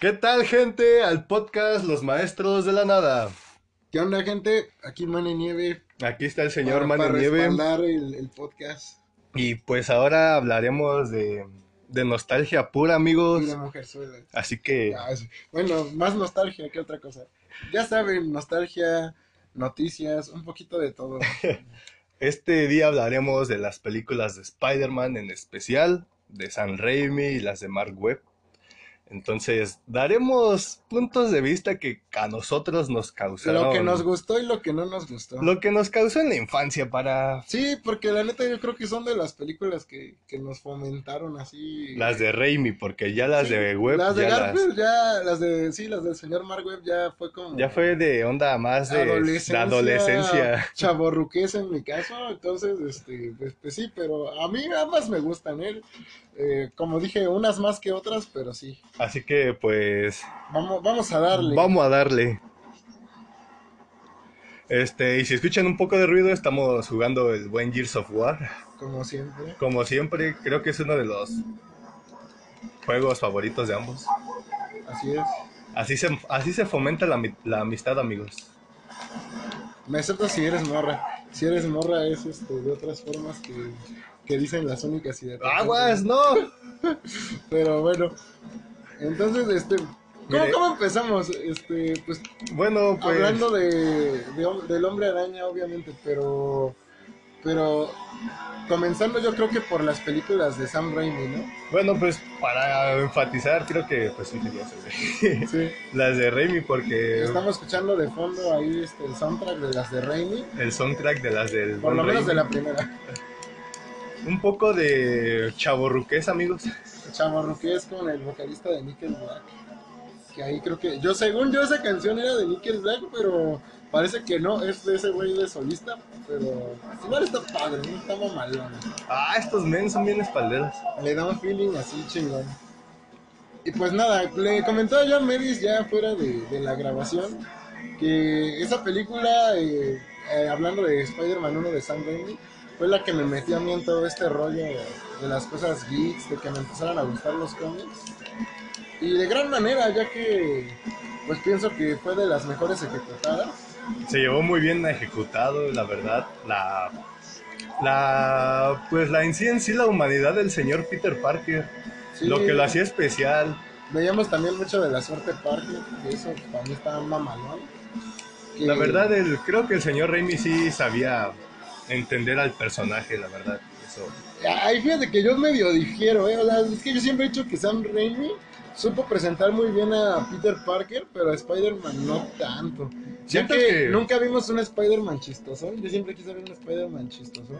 ¿Qué tal, gente? Al podcast Los Maestros de la Nada. ¿Qué onda, gente? Aquí Mane Nieve. Aquí está el señor para- Mane para Nieve. respaldar el, el podcast. Y pues ahora hablaremos de, de nostalgia pura, amigos. Y la mujerzuela. Así que, Ah, sí. Bueno, más nostalgia que otra cosa. Ya saben, nostalgia, noticias, un poquito de todo. este día hablaremos de las películas de Spider-Man en especial, de San Raimi y las de Mark Webb. Entonces, daremos puntos de vista que a nosotros nos causaron. lo que nos gustó y lo que no nos gustó. lo que nos causó en la infancia para Sí, porque la neta yo creo que son de las películas que, que nos fomentaron así. las de Raimi, porque ya las Sí, de Webb Las de ya las- Garfield, ya, las de, sí, las del señor Mark Webb ya fue como... Ya fue de onda más de adolescencia, la adolescencia. chavorruquez en mi caso, entonces, este, pues, pues sí, pero a mí ambas me gustan, ¿eh? Eh, como dije, unas más que otras, pero sí, Así que pues vamos, vamos a darle. vamos a darle. Este, y si escuchan un poco de ruido, estamos jugando el buen Gears of War. Como siempre. Como siempre, creo que es uno de los juegos favoritos de ambos. Así es. Así se, así se fomenta la, ami- la amistad, amigos. Me excepto si eres morra. Si eres morra es este, de otras formas que, que dicen las únicas y de ¡Aguas, no! Pero bueno. Entonces, este. ¿Cómo, Mire. cómo empezamos? Este, pues Bueno, pues... Hablando de, de hom- del hombre araña, obviamente, pero. Pero. Comenzando, yo creo que por las películas de Sam Raimi, ¿no? Bueno, pues para enfatizar, creo que pues sí sería eso, güey. Sí. Las de Raimi, porque Estamos escuchando de fondo ahí este, el soundtrack de las de Raimi, el soundtrack de las del por lo buen menos de Raimi. la primera. Un poco de chaborruqués, amigos. Chamarruqué es con el vocalista de Nickel Black. Que ahí creo que. Yo, según yo, esa canción era de Nickel Black, pero parece que no, es de ese güey de solista. Pero igual está padre, ¿no? está mamalón. Ah, estos men son bien espalderos. le da un feeling así chingón. Y pues nada, le comentaba yo a Meris ya fuera de, de la grabación que esa película, eh, eh, hablando de Spider-Man 1 de Sam Raimi, fue la que me metió a mí en todo este rollo de, de las cosas geeks, de que me empezaran a gustar los cómics. Y de gran manera, ya que pues pienso que fue de las mejores ejecutadas. Se llevó muy bien ejecutado, la verdad. La. La. Pues la en sí en sí, la humanidad del señor Peter Parker. Sí, Lo que lo hacía especial. Veíamos también mucho de la suerte Parker, que eso para mí estaba mamalón. Que- La verdad, el, creo que el señor Raimi sí sabía entender al personaje, la verdad. Eso. Ay, fíjate que yo medio difiero, ¿eh? O sea, es que yo siempre he dicho que Sam Raimi supo presentar muy bien a Peter Parker, pero a Spider-Man no tanto. Ya Siento que, que- nunca vimos un Spider-Man chistoso. Yo siempre quise ver un Spider-Man chistoso.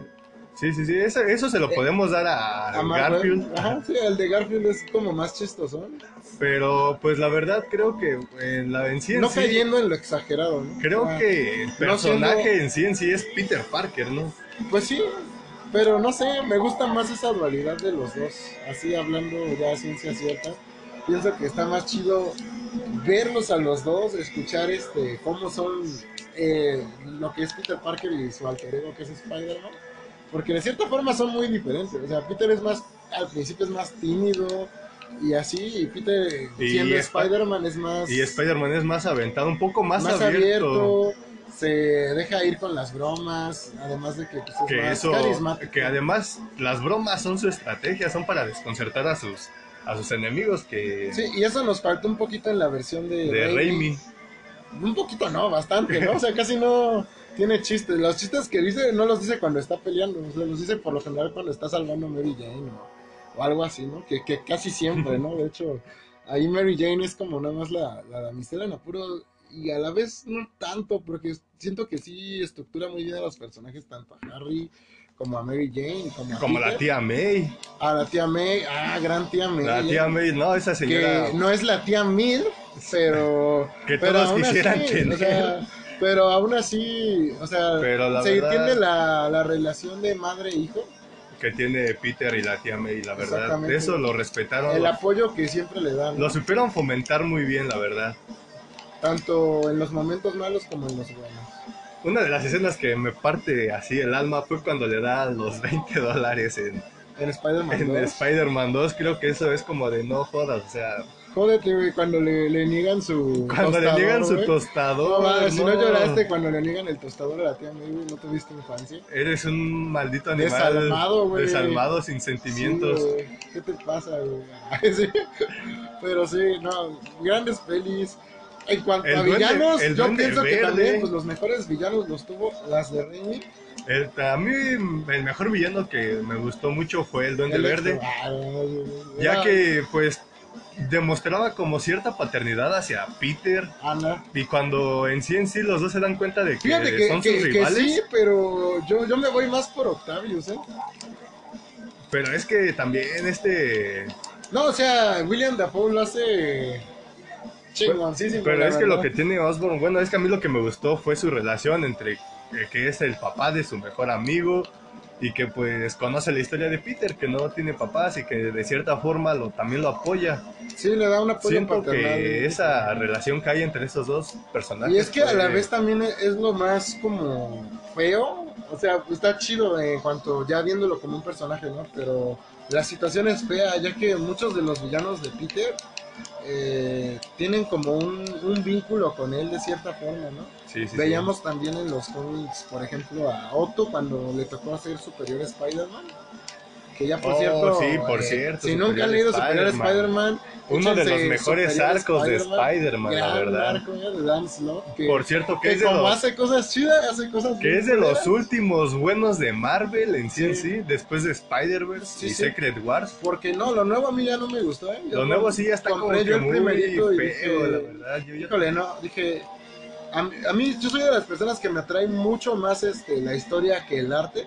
Sí, sí, sí. Eso, eso se lo podemos dar a, Eh, A Mark Garfield. Webb. Ajá, sí, el de Garfield es como más chistoso. Pero pues la verdad creo que en la en sí en no sí, cayendo en lo exagerado, ¿no? Creo Ah, que el personaje en sí en sí es Peter Parker, ¿no? Pues sí, pero no sé, me gusta más esa dualidad de los dos. Así hablando ya a ciencia cierta, pienso que está más chido verlos a los dos, escuchar este cómo son eh, lo que es Peter Parker y su alter ego que es Spider-Man. Porque de cierta forma son muy diferentes. O sea, Peter es más, al principio es más tímido y así, y Peter Y siendo Sp- Spider-Man es más Y Spider-Man es más aventado, un poco más, Pues más abierto. abierto. se deja ir con las bromas, además de que pues, es Que más eso, carismático. que además las bromas son su estrategia, son para desconcertar a sus a sus enemigos que Sí, y eso nos faltó un poquito en la versión de, de Raimi. Un poquito no, bastante, ¿no? O sea, casi no tiene chistes. Los chistes que dice no los dice cuando está peleando, o sea, los dice por lo general cuando está salvando a Mary Jane o, o algo así, ¿no? Que, que casi siempre, ¿no? De hecho, ahí Mary Jane es como nada más la, la damisela en apuro y a la vez no tanto, porque siento que sí estructura muy bien a los personajes, tanto a Harry como a Mary Jane, como a, Como la Peter. tía May. A la tía May, ah, gran tía May. La ¿eh? tía May, no, esa señora. que no es la tía Mil, pero. Que pero todos aún quisieran tener. o sea, pero aún así, o sea, Pero la se verdad- entiende la, la relación de e madre-hijo, que tiene Peter y la tía May, la verdad. Exactamente. De eso lo respetaron. el lo- apoyo que siempre le dan, lo supieron fomentar muy bien, la verdad. tanto en los momentos malos como en los buenos. Una de las escenas que me parte así el alma fue cuando le da los 20 dólares en, En Spider-Man en 2, Spider-Man 2. Creo que eso es como de no jodas, o sea, Jódete, güey, cuando le, le niegan su. Cuando le niegan su güey. tostador. No, mames, si no no. lloraste cuando le niegan el tostador a la tía May, güey, no tuviste infancia. Eres un maldito animal. Desalmado, güey. desalmado, sin sentimientos. Sí, güey. ¿Qué te pasa, güey? Ay, sí. Pero sí, no, grandes pelis. En cuanto El a Duende- villanos, el yo Duende pienso que Verde. también pues, los mejores villanos los tuvo las de Raimi. El- a mí, el mejor villano que me gustó mucho fue el Duende El Verde. Extra- Ah, no, güey. Ya Era que, pues, demostraba como cierta paternidad hacia Peter. Ana. Y cuando en sí en sí los dos se dan cuenta de que Fíjate que, son que- sus que rivales. sí, pero yo, yo me voy más por Octavius, ¿eh? Pero es que también este. No, o sea, William Dafoe lo hace chingón. sí, sí, pero la es que lo verdad. que tiene Osborn, bueno, es que a mí lo que me gustó fue su relación entre eh, que es el papá de su mejor amigo y que pues conoce la historia de Peter, que no tiene papás y que de cierta forma lo, también lo apoya. Sí, le da una apoyo Siento paternal, que güey. esa relación que hay entre esos dos personajes. Y es que a la fue- vez también es lo más como feo. O sea, pues, está chido en cuanto ya viéndolo como un personaje, ¿no? Pero la situación es fea, ya que muchos de los villanos de Peter eh, tienen como un, un vínculo con él de cierta forma, ¿no? Sí, sí, sí. Veíamos también en los cómics, por ejemplo, a Otto cuando le tocó hacer Superior Spider-Man. Que ya, por Oh, cierto. sí, por cierto, Si nunca han Superior leído Superior Spider-Man. Spider-Man. uno de los échense mejores Superior arcos de Spider-Man, la Gran verdad. arco, eh, de Dan Slott, que- Por cierto, que que es de como los hace cosas chidas, hace cosas Que bien es de los culeras. últimos buenos de Marvel en sí en Sí. sí, después de Spider-Verse Sí, y sí. Secret Wars. Porque no, lo nuevo a mí ya no me gustó. ¿eh? Yo Lo nuevo sí ya está como compré que yo el muy feo, primerito y dije, la verdad. Yo ya- Híjole, no, dije... A, mí- a mí, yo soy de las personas que me atrae mucho más este, la historia que el arte.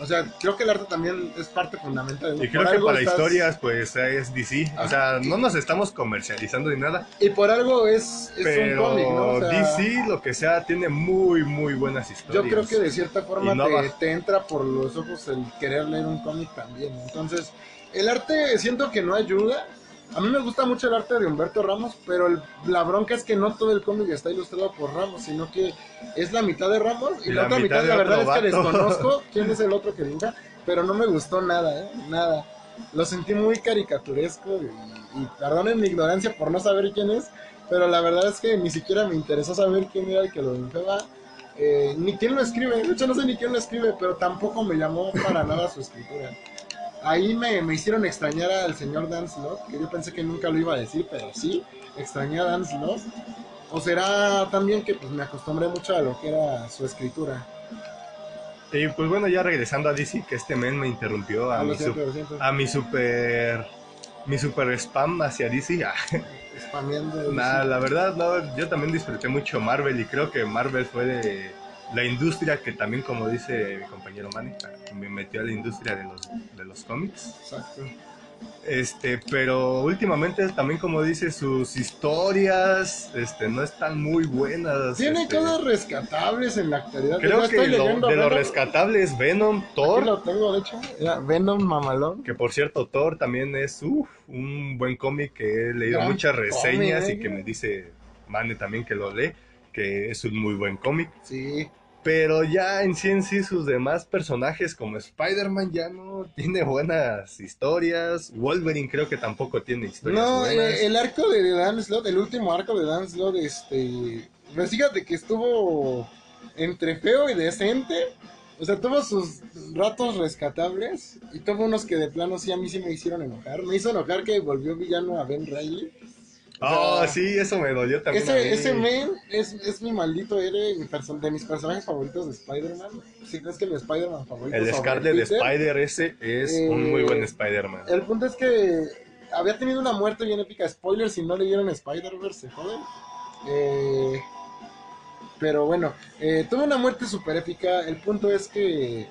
O sea, creo que el arte también es parte fundamental. ¿no? Y Por creo que algo para estás- Ah, historias, pues es DC. O Ajá. sea, no nos estamos comercializando ni nada. Y por algo es, es pero un cómic, ¿no? O sea, DC, lo que sea, tiene muy, muy buenas Yo historias. creo que de cierta forma Innova. te, te entra por los ojos el querer leer un cómic también. Entonces, el arte siento que no ayuda. A mí me gusta mucho el arte de Humberto Ramos, pero el- la bronca es que no todo el cómic está ilustrado por Ramos, sino que es la mitad de Ramos y Y la, la otra mitad mitad, de la verdad otro es que vato. desconozco quién es el otro que dibuja, pero no me gustó nada, ¿eh? Nada. Lo sentí muy caricaturesco y, y perdonen mi ignorancia por no saber quién es, pero la verdad es que ni siquiera me interesó saber quién era el que lo dibujaba. Eh, ni quién lo escribe, de hecho no sé ni quién lo escribe, pero tampoco me llamó para nada su escritura. Ahí me, me hicieron extrañar al señor Dan Slott, que yo pensé que nunca lo iba a decir, pero sí, extrañé a Dan Slott. O será también que pues me acostumbré mucho a lo que era su escritura. Y pues bueno, ya regresando a DC, que este men me interrumpió a, Ah, mi, lo su- siento, lo siento. a mi super. Mi super spam hacia DC. Ah. Spameando. Nah, sí. la verdad, no, yo también disfruté mucho Marvel y creo que Marvel fue de la industria que también, como dice mi compañero Manny, me metió a la industria de los, de los cómics. Exacto. Este, pero últimamente también, como dice, sus historias este, no están muy buenas. Tiene este, cosas rescatables en la actualidad. Creo Yo que estoy lo- leyendo de lo Venom. rescatable es Venom, Aquí Thor, lo tengo, de hecho. Era Venom Mamalón. que por cierto, Thor también es uf, un buen cómic que he leído Gran muchas reseñas cómic, y que eh. me dice Manny también que lo lee, que es un muy buen cómic. Sí. Pero ya en sí en sí sus demás personajes como Spider-Man ya no tiene buenas historias. Wolverine creo que tampoco tiene historias No, buenas. eh, el arco de Dan Slott, el último arco de Dan Slott, este. Pues fíjate que estuvo entre feo y decente. O sea, tuvo sus ratos rescatables y tuvo unos que de plano sí a mí sí me hicieron enojar. Me hizo enojar que volvió villano a Ben Riley. o Oh, sea, sí, eso me dolió también a mí. Ese, ese men es, es mi maldito héroe, mi perso- de mis personajes favoritos de Spider-Man. Si crees que mi Spider-Man favorito El es Scarlet Peter, Spider ese es un muy Eh, buen Spider-Man. El punto es que había tenido una muerte bien épica. Spoiler, si no leyeron Spider-Verse, se joden. Eh, pero bueno, eh, tuvo una muerte súper épica. El punto es que,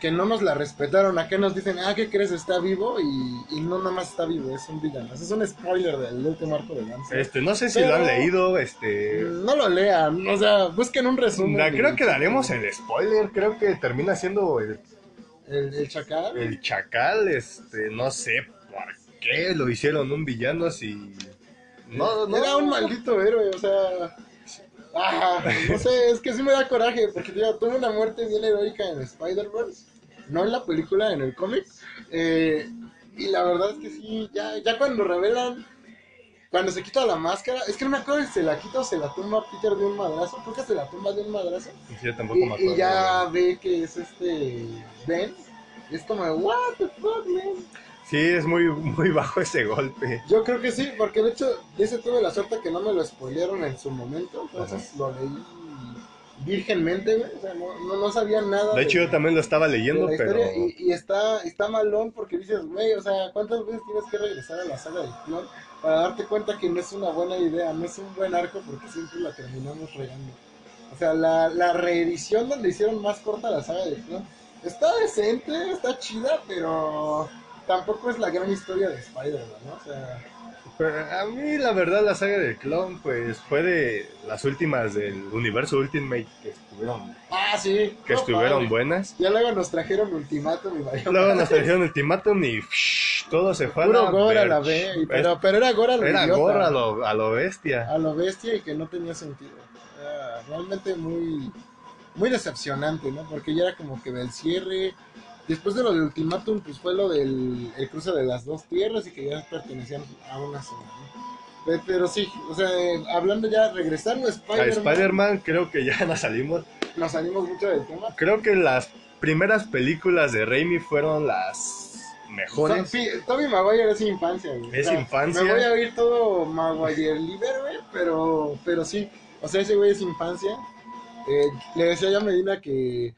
que no nos la respetaron. Acá nos dicen, ah, ¿qué crees? Está vivo. Y, y no, nada más está vivo, es un villano. Ese Es un spoiler del último arco de Lance. Este, no sé si lo han pero- leído, este... No lo lean, o sea, busquen un resumen. da- creo y- que daremos el spoiler, creo que termina siendo el, El, el chacal. el chacal, este, no sé por qué lo hicieron un villano si... No, no, Era un maldito héroe, o sea. Ah, no sé, es que sí me da coraje, porque tío, tuvo una muerte bien heroica en Spider-Verse, no en la película, en el cómic. eh, y la verdad es que sí, ya, ya cuando revelan Cuando se quita la máscara, es que no me acuerdo si se la quita o se la tumba a Peter de un madrazo. Creo que se la tumba de un madrazo. Yo tampoco Y, me y acuerdo. ya ve que es este Ben. Y es como, de, what the fuck, man. Sí, es muy, muy bajo ese golpe. Yo creo que sí, porque de hecho, de ese tuve la suerte que no me lo spoilearon en su momento. Entonces lo leí virgenmente, güey. O sea, no, no, no sabía nada. De hecho, yo también lo estaba de leyendo, la pero... historia, Y, y está, está malón porque dices, güey, o sea, ¿cuántas veces tienes que regresar a la saga del clon para darte cuenta que no es una buena idea, no es un buen arco porque siempre la terminamos regando? O sea, la, la reedición donde hicieron más corta la saga del clon está decente, está chida, pero tampoco es la gran historia de Spider-Man, ¿no? O sea, Pero a mí, la verdad, la saga del clon, pues, fue de las últimas del universo Ultimate que estuvieron, ah, sí. que no, estuvieron padre. buenas. Ya luego nos trajeron Ultimatum y valió Luego nos trajeron ultimátum y psh, todo se fue Puro la Gora ver- la ve, pero, pero era Gora lo Era idiota. gorra a lo, a lo bestia. a lo bestia y que no tenía sentido. Era realmente muy, muy decepcionante, ¿no? Porque ya era como que del cierre. Después de lo del ultimátum, pues fue lo del el cruce de las dos tierras y que ya pertenecían a una sola, ¿no? Pe- Pero sí, o sea, eh, hablando ya, regresando a A Spider-Man, Spider-Man creo que ya nos salimos. nos salimos mucho del tema. Creo que las primeras películas de Raimi fueron las To- mejores. sí, Toby Maguire es infancia, güey. Es infancia. Me voy a oír todo Maguire libre, güey, pero, pero sí. O sea, ese güey es infancia. Eh, le decía yo a Medina que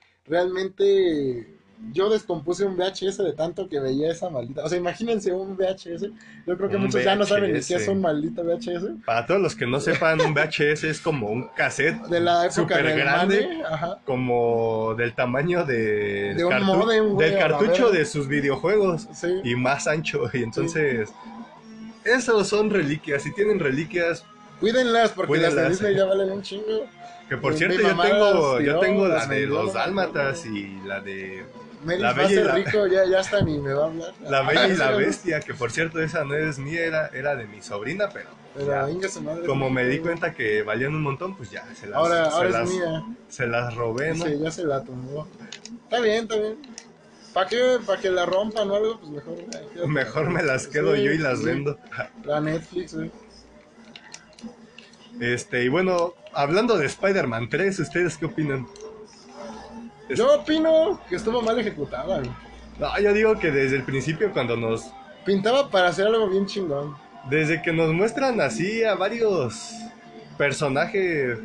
realmente yo descompuse un VHS de tanto que veía esa maldita. O sea, imagínense un VHS. Yo creo que Un muchos ya no saben ni VHS. qué es un maldito VHS. Para todos los que no sepan, un VHS es como un cassette De la época Súper del grande. Mane, ajá. como del tamaño de De un módem, güey, del a la cartucho verga. de sus videojuegos Sí. y más ancho. Y entonces, esos son reliquias. Si tienen reliquias, Cuídenlas porque las de Cuídenlas. Disney ya valen un chingo. que por Mi- cierto mi yo mamá tengo, las yo tiró, tengo la las de vendió, los las dálmatas y la de Melis La va a Bella y ser la- rico, ya, ya está ni me va a hablar. La Bella y la Sí, ¿no? Bestia, que por cierto esa no es mía, era, era de mi sobrina, pero Pero venga su madre. como me di cuenta que valían un montón, pues ya, se las, Ahora, se ahora es las, mía. se las robé, ¿no? Dice, ya se la tomó. Está bien, está bien. ¿Para qué? ¿Para que la rompan o algo? Pues mejor. ahí quédate. Mejor me las quedo Sí, yo y las sí. vendo. La Netflix, güey. Este, y bueno, hablando de Spider-Man 3, ¿ustedes qué opinan? Es- Yo opino que estuvo mal ejecutada, güey. No, yo digo que desde el principio, cuando nos. Pintaba para hacer algo bien chingón. Desde que nos muestran así a varios personajes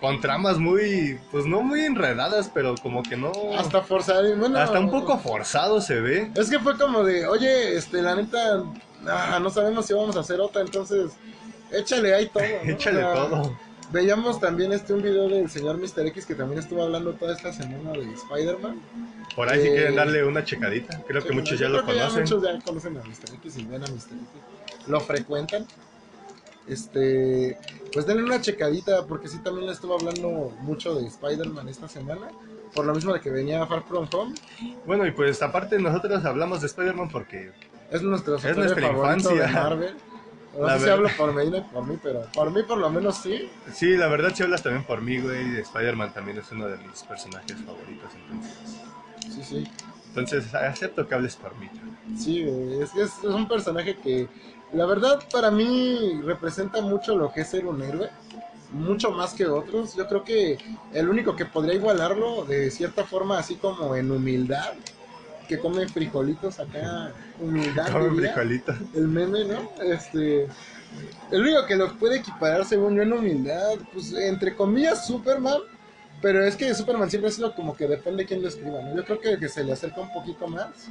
con tramas muy. Pues no muy enredadas, pero como que no. Hasta forzar. y Bueno, hasta un poco forzado se ve. Es que fue como de, oye, este, la neta, ah, no sabemos si vamos a hacer otra, entonces, échale ahí todo. ¿no? Échale O sea, todo. Veíamos también este un video del señor Mr. X que también estuvo hablando toda esta semana de Spider-Man. Por ahí si eh, quieren darle una checadita. Creo que muchos ya Yo lo creo que conocen. muchos ya conocen a Mr. X y ven a Mr. X. Lo frecuentan. Este, pues denle una checadita porque sí también le estuvo hablando mucho de Spider-Man esta semana. Por lo mismo de que venía Far From Home. Bueno, y pues aparte nosotros hablamos de Spider-Man porque Es nuestro Es superhéroe nuestra favorito infancia. de Marvel. No La sé si verdad. hablo por Medina y por mí, pero por mí por lo menos sí. sí, la verdad si hablas también por mí, güey, Spider-Man también es uno de mis personajes favoritos. Entonces, Sí, sí. entonces acepto que hables por mí. Sí, güey, es que es, es un personaje que la verdad para mí representa mucho lo que es ser un héroe, mucho más que otros. Yo creo que el único que podría igualarlo de cierta forma, así como en humildad, que come frijolitos acá, humildad, Come un diría, frijolito. el meme, ¿no? Este, el único que lo puede equiparar según yo en humildad, pues entre comillas Superman. Pero es que Superman siempre ha sido como que depende de quién lo escriba, ¿no? Yo creo que el que se le acerca un poquito más.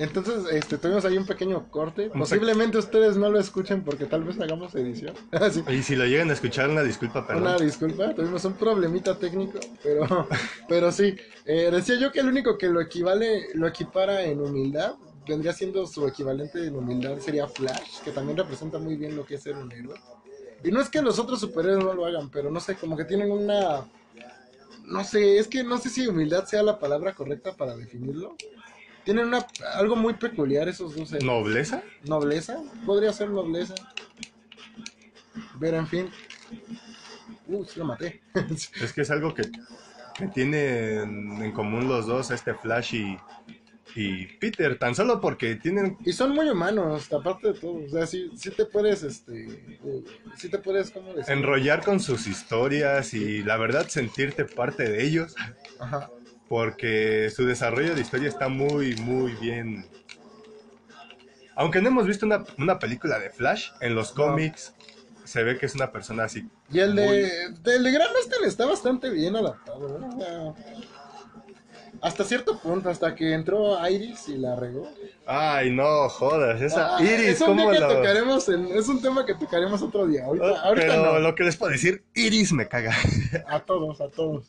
Entonces, este, tuvimos ahí un pequeño corte. pe- Posiblemente ustedes no lo escuchen porque tal vez hagamos edición. Así, Y si lo llegan a escuchar, una disculpa, perdón. una disculpa, tuvimos un problemita técnico, pero, pero sí. Eh, decía yo que el único que lo equivale, lo equipara en humildad, vendría siendo su equivalente en humildad, sería Flash, que también representa muy bien lo que es ser un héroe. Y no es que los otros superhéroes no lo hagan, pero no sé, como que tienen una... No sé, es que no sé si humildad sea la palabra correcta para definirlo. Tienen una, algo muy peculiar esos dos héroes. ¿Nobleza? Nobleza, podría ser nobleza. Pero en fin. Uh, sí lo maté. Es que es algo que, que tienen en común los dos, este Flash y, y Peter, tan solo porque tienen... Y son muy humanos, aparte de todo. O sea, sí, sí te puedes, este. eh, sí te puedes, ¿cómo decir? Enrollar con sus historias y la verdad sentirte parte de ellos, Ajá. porque su desarrollo de historia está muy, muy bien. Aunque no hemos visto una, una película de Flash, en los No. cómics se ve que es una persona así. Y el muy- de, del de Grand Master está bastante bien adaptado, ¿no? O sea, hasta cierto punto, hasta que entró Iris y la regó. Ay, no jodas, esa Ah, Iris, es un ¿cómo día que la- tocaremos en- es un tema que tocaremos otro día. Ahorita, Ah, ahorita Pero no. lo que les puedo decir, Iris me caga. A todos, a todos.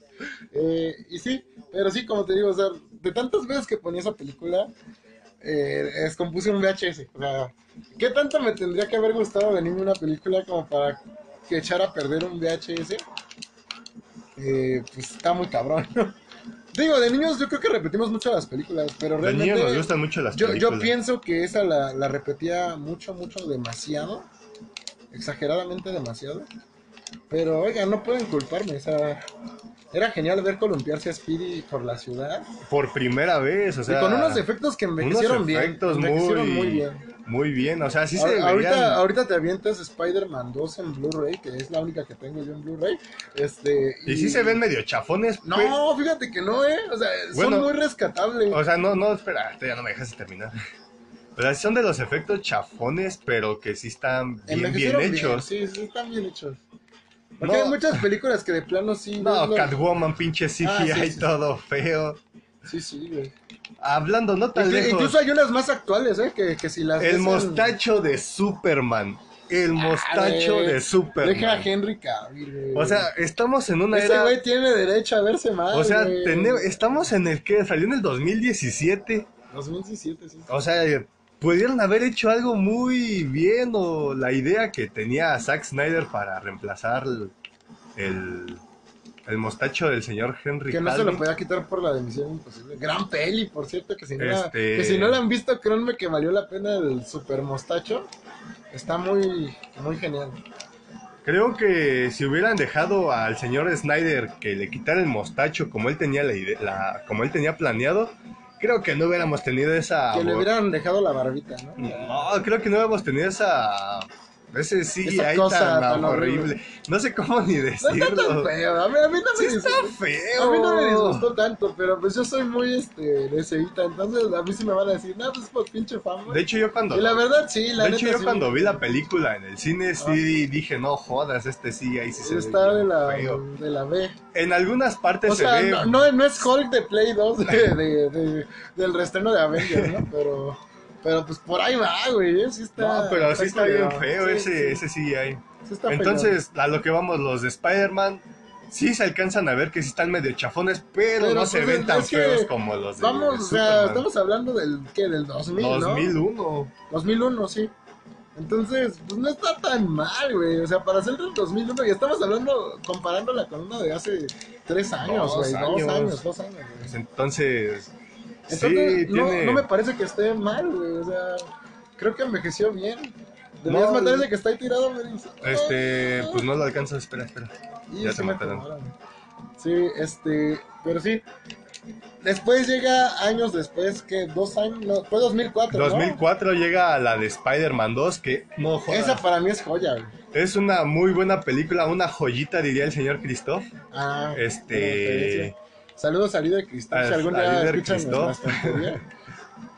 Eh, y sí, pero sí, como te digo, o sea, de tantas veces que ponía esa película, eh, descompuse un VHS. O sea, ¿qué tanto me tendría que haber gustado de niño una película como para que echara a perder un VHS? Eh, pues está muy cabrón. digo, de niños yo creo que repetimos mucho las películas, pero De realmente... niño nos gustan mucho las Yo, yo películas. pienso que esa la, la repetía mucho, mucho, demasiado. Exageradamente demasiado. Pero, oiga, no pueden culparme. O sea, era genial ver columpiarse a Speedy por la ciudad. Por primera vez, o sea. y con unos efectos que unos envejecieron efectos bien. muy, Envejecieron muy, muy bien. bien. o sea, sí se Ahor- veían. ahorita, ahorita te avientas Spider-Man 2 en Blu-ray, que es la única que tengo yo en Blu-ray. Este, Y sí se ven medio chafones. pe- No, fíjate que no, ¿eh? O sea, Bueno, son muy rescatables. O sea, no, no, espera, tú ya no me dejas terminar. O sea, son de los efectos chafones, pero que sí están bien, bien Envejecieron hechos. Sí, sí, están bien hechos. Porque No. hay muchas películas que de plano sí. No, ves lo- Catwoman, pinche CGI, pues Ah, sí, sí. todo feo. Sí, sí, güey. Hablando no tan Inclu- lejos. Incluso hay unas más actuales, ¿eh? Que, que si las. ves El en- mostacho de Superman. El mostacho güey. de Superman. Deja a Henry Cavill, güey. O sea, estamos en una ese era. güey tiene derecho a verse mal. o sea, güey. tene- estamos en el que salió en el 2017. 2017, sí. O sea, eh, pudieron haber hecho algo muy bien o la idea que tenía Zack Snyder para reemplazar el, el, el mostacho del señor Henry Que no se Cavill. lo podía quitar por la de Misión Imposible. Gran peli, por cierto, que si no, la, Este- que si no la han visto, créanme que valió la pena el super mostacho. Está muy, muy genial. Creo que si hubieran dejado al señor Snyder que le quitara el mostacho como él tenía la ide- la- como él tenía planeado, creo que no hubiéramos tenido esa que le bo- hubieran dejado la barbita, ¿no? Ah, No, creo que no hubiéramos tenido esa ese sí Esa ahí cosa tan, tan horrible. horrible. No sé cómo ni No está tan decirlo. feo. A mí, a mí no Sí me está disgustó. feo. A mí no me disgustó tanto, pero pues yo soy muy este deseíta, entonces a mí sí me van a decir, no, pues por pinche fama. De hecho yo cuando y la verdad sí, la de neta hecho, yo sí. cuando vi la película en el cine, sí Ah. dije, no jodas, este sí, ahí sí se ve está de bien la, feo". de la B. En algunas partes O sea, se ve... no, no, no es Hulk de Play 2 de, de- de- del restreno de Avengers, ¿no? Pero, pero pues por ahí va, güey, ¿eh? sí está. No, pero sí está bien culero. feo Sí, ese, sí, ese sí hay. sí está Entonces, a lo que vamos, los de Spider-Man, sí se alcanzan a ver que sí están medio chafones, pero, Pero, no se pues, ven es tan que feos como los de feo. Vamos, o sea, Superman. estamos hablando del, ¿qué? Del 2000, ¿no? 2001. 2001, sí. Entonces, pues no está tan mal, güey. O sea, para hacer el 2001, y estamos hablando, comparándola con una de hace tres años, Dos güey. Dos años. años, dos años, güey. Pues entonces, sí, Entonces, no, tiene... no me parece que esté mal, güey. O sea, creo que envejeció bien. Deberías No, matar güey. ese que está ahí tirado, me dice. "Ah, Este, pues no lo alcanzo, espera, espera. Y ya sí te me mataron. acomodaron. Sí, este, pero sí. Después llega años después, que dos años, no, fue 2004, ¿no? 2004 llega la de Spider-Man 2, que no jodas, Esa para mí es joya, güey. es una muy buena película, una joyita, diría el señor Christoph. Ah, buena Este, referencia. Saludos a Líder Cristal. Si Al- algún a día Líder escuchan Cristó. nuestra tontería,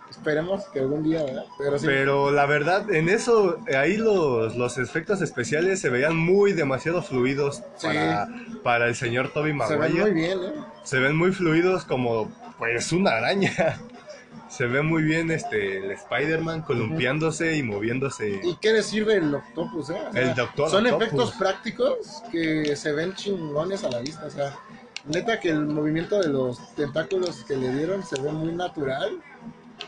esperemos que algún día, ¿verdad? Pero sí. Pero la verdad, en eso, eh, ahí los, los efectos especiales se veían muy demasiado fluidos Sí. para, para el señor Toby se ven Maguire. muy bien, ¿eh? se ven muy fluidos como pues una araña. Se ve muy bien este el Spider-Man columpiándose y moviéndose. ¿Y qué decir del Octopus, eh? O sea, El Doctor Son Octopus. efectos prácticos que se ven chingones a la vista, o sea. Neta que el movimiento de los tentáculos que le dieron se ve muy natural.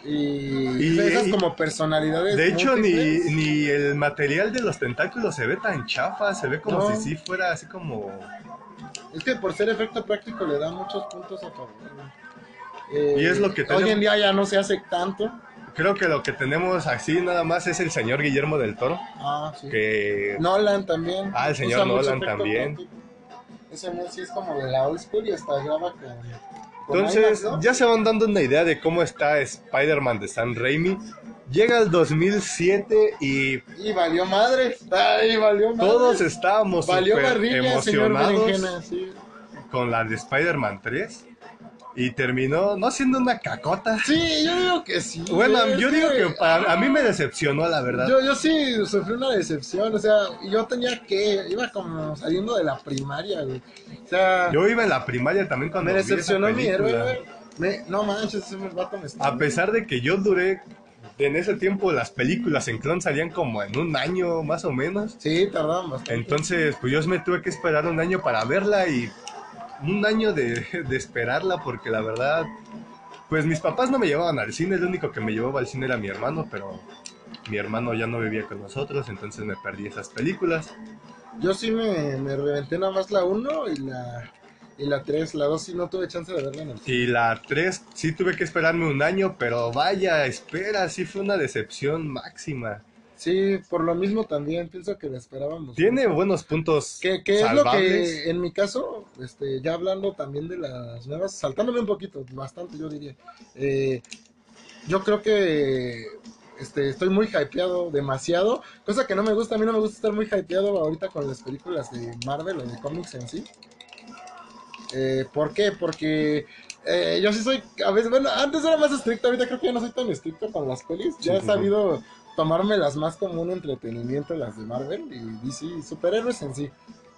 Y, Y- esas y- como personalidades. De hecho, ni, múltiples. ni el material de los tentáculos se ve tan chafa, se ve como No. si sí fuera así como... Es que por ser efecto práctico le da muchos puntos a favor. güey. Eh, Y es lo que Hoy tenemos- en día ya no se hace tanto. Creo que lo que tenemos así nada más es el señor Guillermo del Toro, Ah, sí. que... Nolan también. Ah, el señor mucho Nolan efecto también. práctico. Ese no sí es como de la old school y hasta graba con, con Entonces, IMAX, ¿no? ya se van dando una idea de cómo está Spider-Man de San Raimi. Llega el 2007 y Y valió madre. Ay, valió madre. todos estábamos Valió súper barriga, señor emocionados Berenjena. Sí. con la de Spider-Man 3 y terminó no siendo una cacota. Sí, yo digo que sí. Bueno, es yo digo que para- a mí me decepcionó, la verdad. Yo, yo sí sufrí una decepción, o sea, yo tenía que, iba como saliendo de la primaria, güey. O sea, Yo iba en la primaria también cuando me vi esa decepcionó mi héroe, película. güey. Me- No manches, ese vato me está... A pesar de que yo duré en ese tiempo las películas en clon salían como en un año más o menos. Sí, tardaban bastante. Entonces, pues yo me tuve que esperar un año para verla y un año de, de esperarla porque la verdad, pues mis papás no me llevaban al cine, el único que me llevaba al cine era mi hermano, pero mi hermano ya no vivía con nosotros, entonces me perdí esas películas. Yo sí me, me reventé nada más la 1 y la... Y la 3, la 2 sí no tuve chance de verla en el cine. Y la 3 sí tuve que esperarme un año, pero vaya, espera, sí fue una decepción máxima. Sí, por lo mismo también, pienso que la esperábamos. Tiene buenos puntos. Que, que es lo salvables. que en mi caso, este, ya hablando también de las nuevas, saltándome un poquito, bastante yo diría. eh, yo creo que este, estoy muy hypeado demasiado, cosa que no me gusta, a mí no me gusta estar muy hypeado ahorita con las películas de Marvel o de cómics en sí. Eh, ¿Por qué? Porque eh, yo sí soy, a veces, bueno, antes era más estricto, ahorita creo que ya no soy tan estricto con las pelis, Sí, ya he sí, sí. sabido tomarme las más como un entretenimiento, las de Marvel y DC, superhéroes en sí,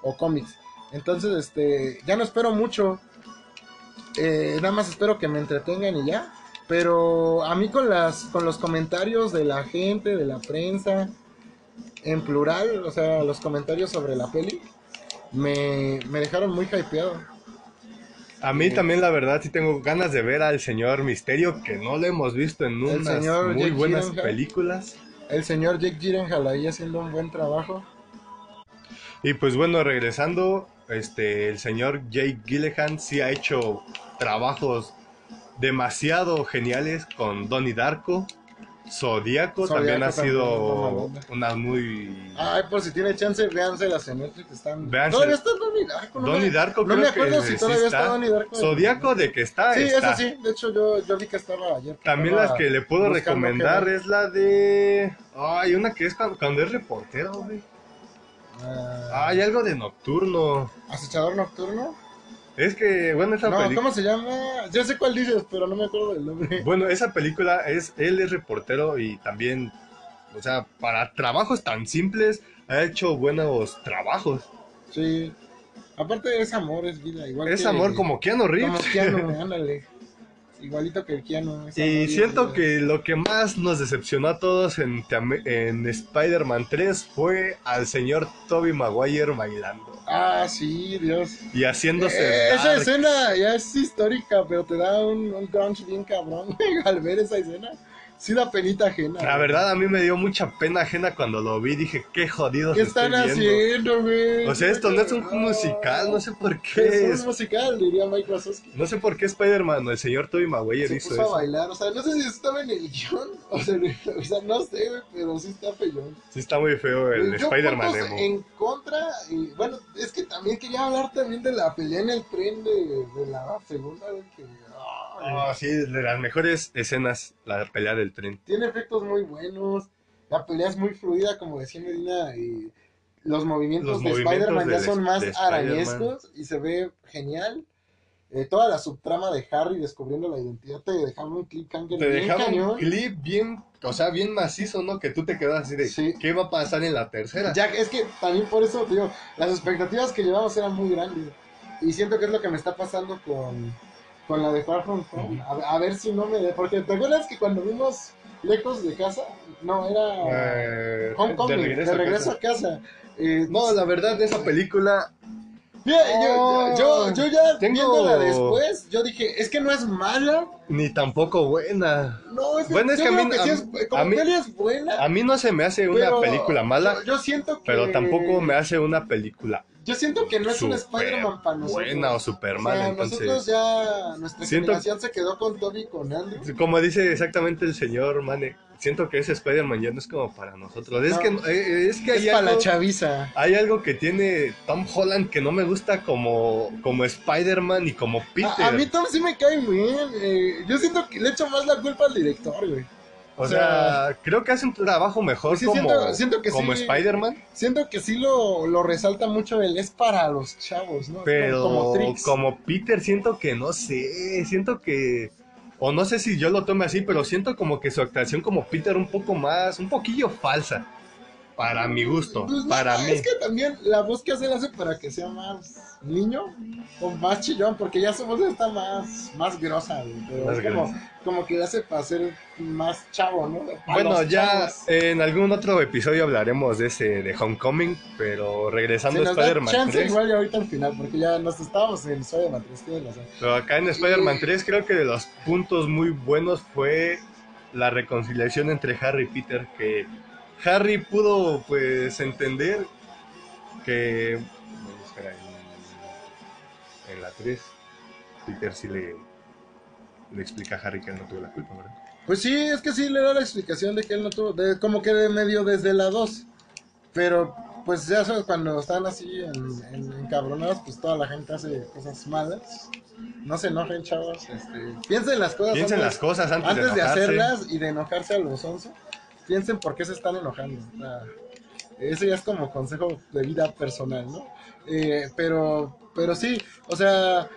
o cómics. Entonces, este, ya no espero mucho, eh, nada más espero que me entretengan y ya. Pero a mí con las con los comentarios de la gente, de la prensa, en plural, o sea, los comentarios sobre la peli, me, me dejaron muy hypeado. A mí también, la verdad, sí tengo ganas de ver al señor Misterio, que no lo hemos visto en El unas señor muy Jake buenas Gyllenhaal. películas. El señor Jake Gyllenhaal ahí haciendo un buen trabajo. Y pues bueno, regresando, este, el señor Jake Gyllenhaal sí ha hecho trabajos demasiado geniales con Donnie Darko. Zodíaco Zodiaco también ha también, sido mamalona. una muy... Ay, por si tiene chance, véanselas en Netflix. Están... Véanselas. Todavía está Donnie Darko. no Donnie me- Darko No me creo acuerdo que si sí todavía está, está. Donnie Darko. Zodiaco de que está, Sí, está. eso sí. De hecho, yo, yo vi que estaba ayer. También estaba las que le puedo buscando recomendar que ver. es la de... Ay, una que es cuando, cuando es reportero, güey. Ah, Hay algo de nocturno. Acechador Nocturno. Es que, bueno, esa No, película. ¿cómo se llama? Yo sé cuál dices, pero no me acuerdo del nombre. Bueno, esa película es. Él es reportero y también. O sea, para trabajos tan simples, ha hecho buenos trabajos. Sí. Aparte es amor, es vida. Igual Es que- amor como Keanu como Reeves. Keanu, ándale. Igualito que el Keanu. es amor Y siento que lo que más nos decepcionó a todos en, Tam- en Spider-Man 3 fue al señor Toby Maguire bailando Ah, sí, Dios. y haciéndose. Eh, esa dark. escena ya es histórica, pero te da un, un crunch bien cabrón al ver esa escena. Sí da penita ajena. La güey. verdad, a mí me dio mucha pena ajena cuando lo vi. Dije, qué jodidos ¿Qué estoy están viendo. haciendo, güey? O sea, esto no es un Ah, musical, no sé por qué. Es un musical, diría Mike Wazowski. No sé por qué Spider-Man, o el señor Tobey Maguire se hizo puso a eso. bailar, o sea, no sé si estaba en el guión, o sea, o sea, no sé, güey, pero sí está pellón. Sí está muy feo el Yo Pues, Spider-Man puntos emo. en contra, y bueno, es que también quería hablar también de la pelea en el tren de, de la segunda, güey, que ah, Ah, sí, de las mejores escenas, la pelea del tren. tiene efectos muy buenos, la pelea es muy fluida, como decía Medina, y los movimientos Los de movimientos Spider-Man ya del- son más de Spider-Man. arañescos y se ve genial. Eh, toda la subtrama de Harry descubriendo la identidad te dejaba un cliffhanger Te bien dejaba un cañón. clip bien, o sea, bien macizo, ¿no? Que tú te quedas así de, Sí. ¿qué va a pasar en la tercera? Ya, es que también por eso, te digo, las expectativas que llevamos eran muy grandes. Y siento que es lo que me está pasando con, con la de Far From Home. A, a ver si no me... De, porque te acuerdas que cuando vimos Lejos de Casa, no, era... Eh, Homecoming, de regreso, a a casa. casa. Eh, No, la verdad, esa película, mira, yo, yo, yo ya Oh, Tengo- viéndola después, yo dije, es que no es mala. ni tampoco buena. No, es que, Bueno, es yo que a digo mí- que sí a- es, como a mí- peli es buena. A mí no se me hace una pero película mala, Yo, yo siento que... pero tampoco me hace una película Yo siento que no es un Súper Spider-Man para nosotros. Buena o O Superman, sea, nosotros entonces. ya, nuestra Siento- generación se quedó con Toby y con Andrew. Como dice exactamente el señor Mane, siento que ese Spider-Man ya no es como para nosotros. Es No. que, no- eh, eh, es que Es hay, para la algo, chaviza. hay algo que tiene Tom Holland que no me gusta como, como Spider-Man y como Peter. A, a mí Tom sí me cae bien. eh, yo siento que le echo más la culpa al director, güey. o sea, creo que hace un trabajo mejor Sí, como, siento- siento que como sí. Spider-Man, Siento que sí lo, lo resalta mucho el es para los chavos, ¿no? Es pero como, como, como Trix. Peter siento que no sé, siento que... O no sé si yo lo tome así, pero siento como que su actuación como Peter un poco más, un poquillo falsa. Para mi gusto, Pues no, para mí. Es que también la voz que hace la hace para que sea más niño o más chillón, porque ya su voz está más, más grosa, güey, pero Más es como, como que la hace para ser más chavo, ¿no? Pa' Bueno, los ya chavos. en algún otro episodio hablaremos de ese de Homecoming, pero Se regresando a nos da Spider-Man chance 3. igual y ahorita al final, porque ya nos estábamos en Spider-Man 3, tienes razón. Pero acá en Spider-Man 3 creo que de los puntos muy buenos fue la reconciliación entre Harry y Peter, que Harry pudo pues entender que... voy a buscar ahí En la 3, Peter sí le, le explica a Harry que él no tuvo la culpa, ¿verdad? Pues sí, es que sí le da la explicación de que él no tuvo, de- como que de medio desde la 2. Pero pues ya sabes, cuando están así en, en- encabronados, pues toda la gente hace cosas malas. No se enojen, chavos. Este, piensen las cosas Piensen las antes, cosas antes, antes de, enojarse. hacerlas y de enojarse a los 11. Piensen por qué se están enojando. O sea, ese ya es como consejo de vida personal, ¿no? Eh, pero, pero sí, o sea,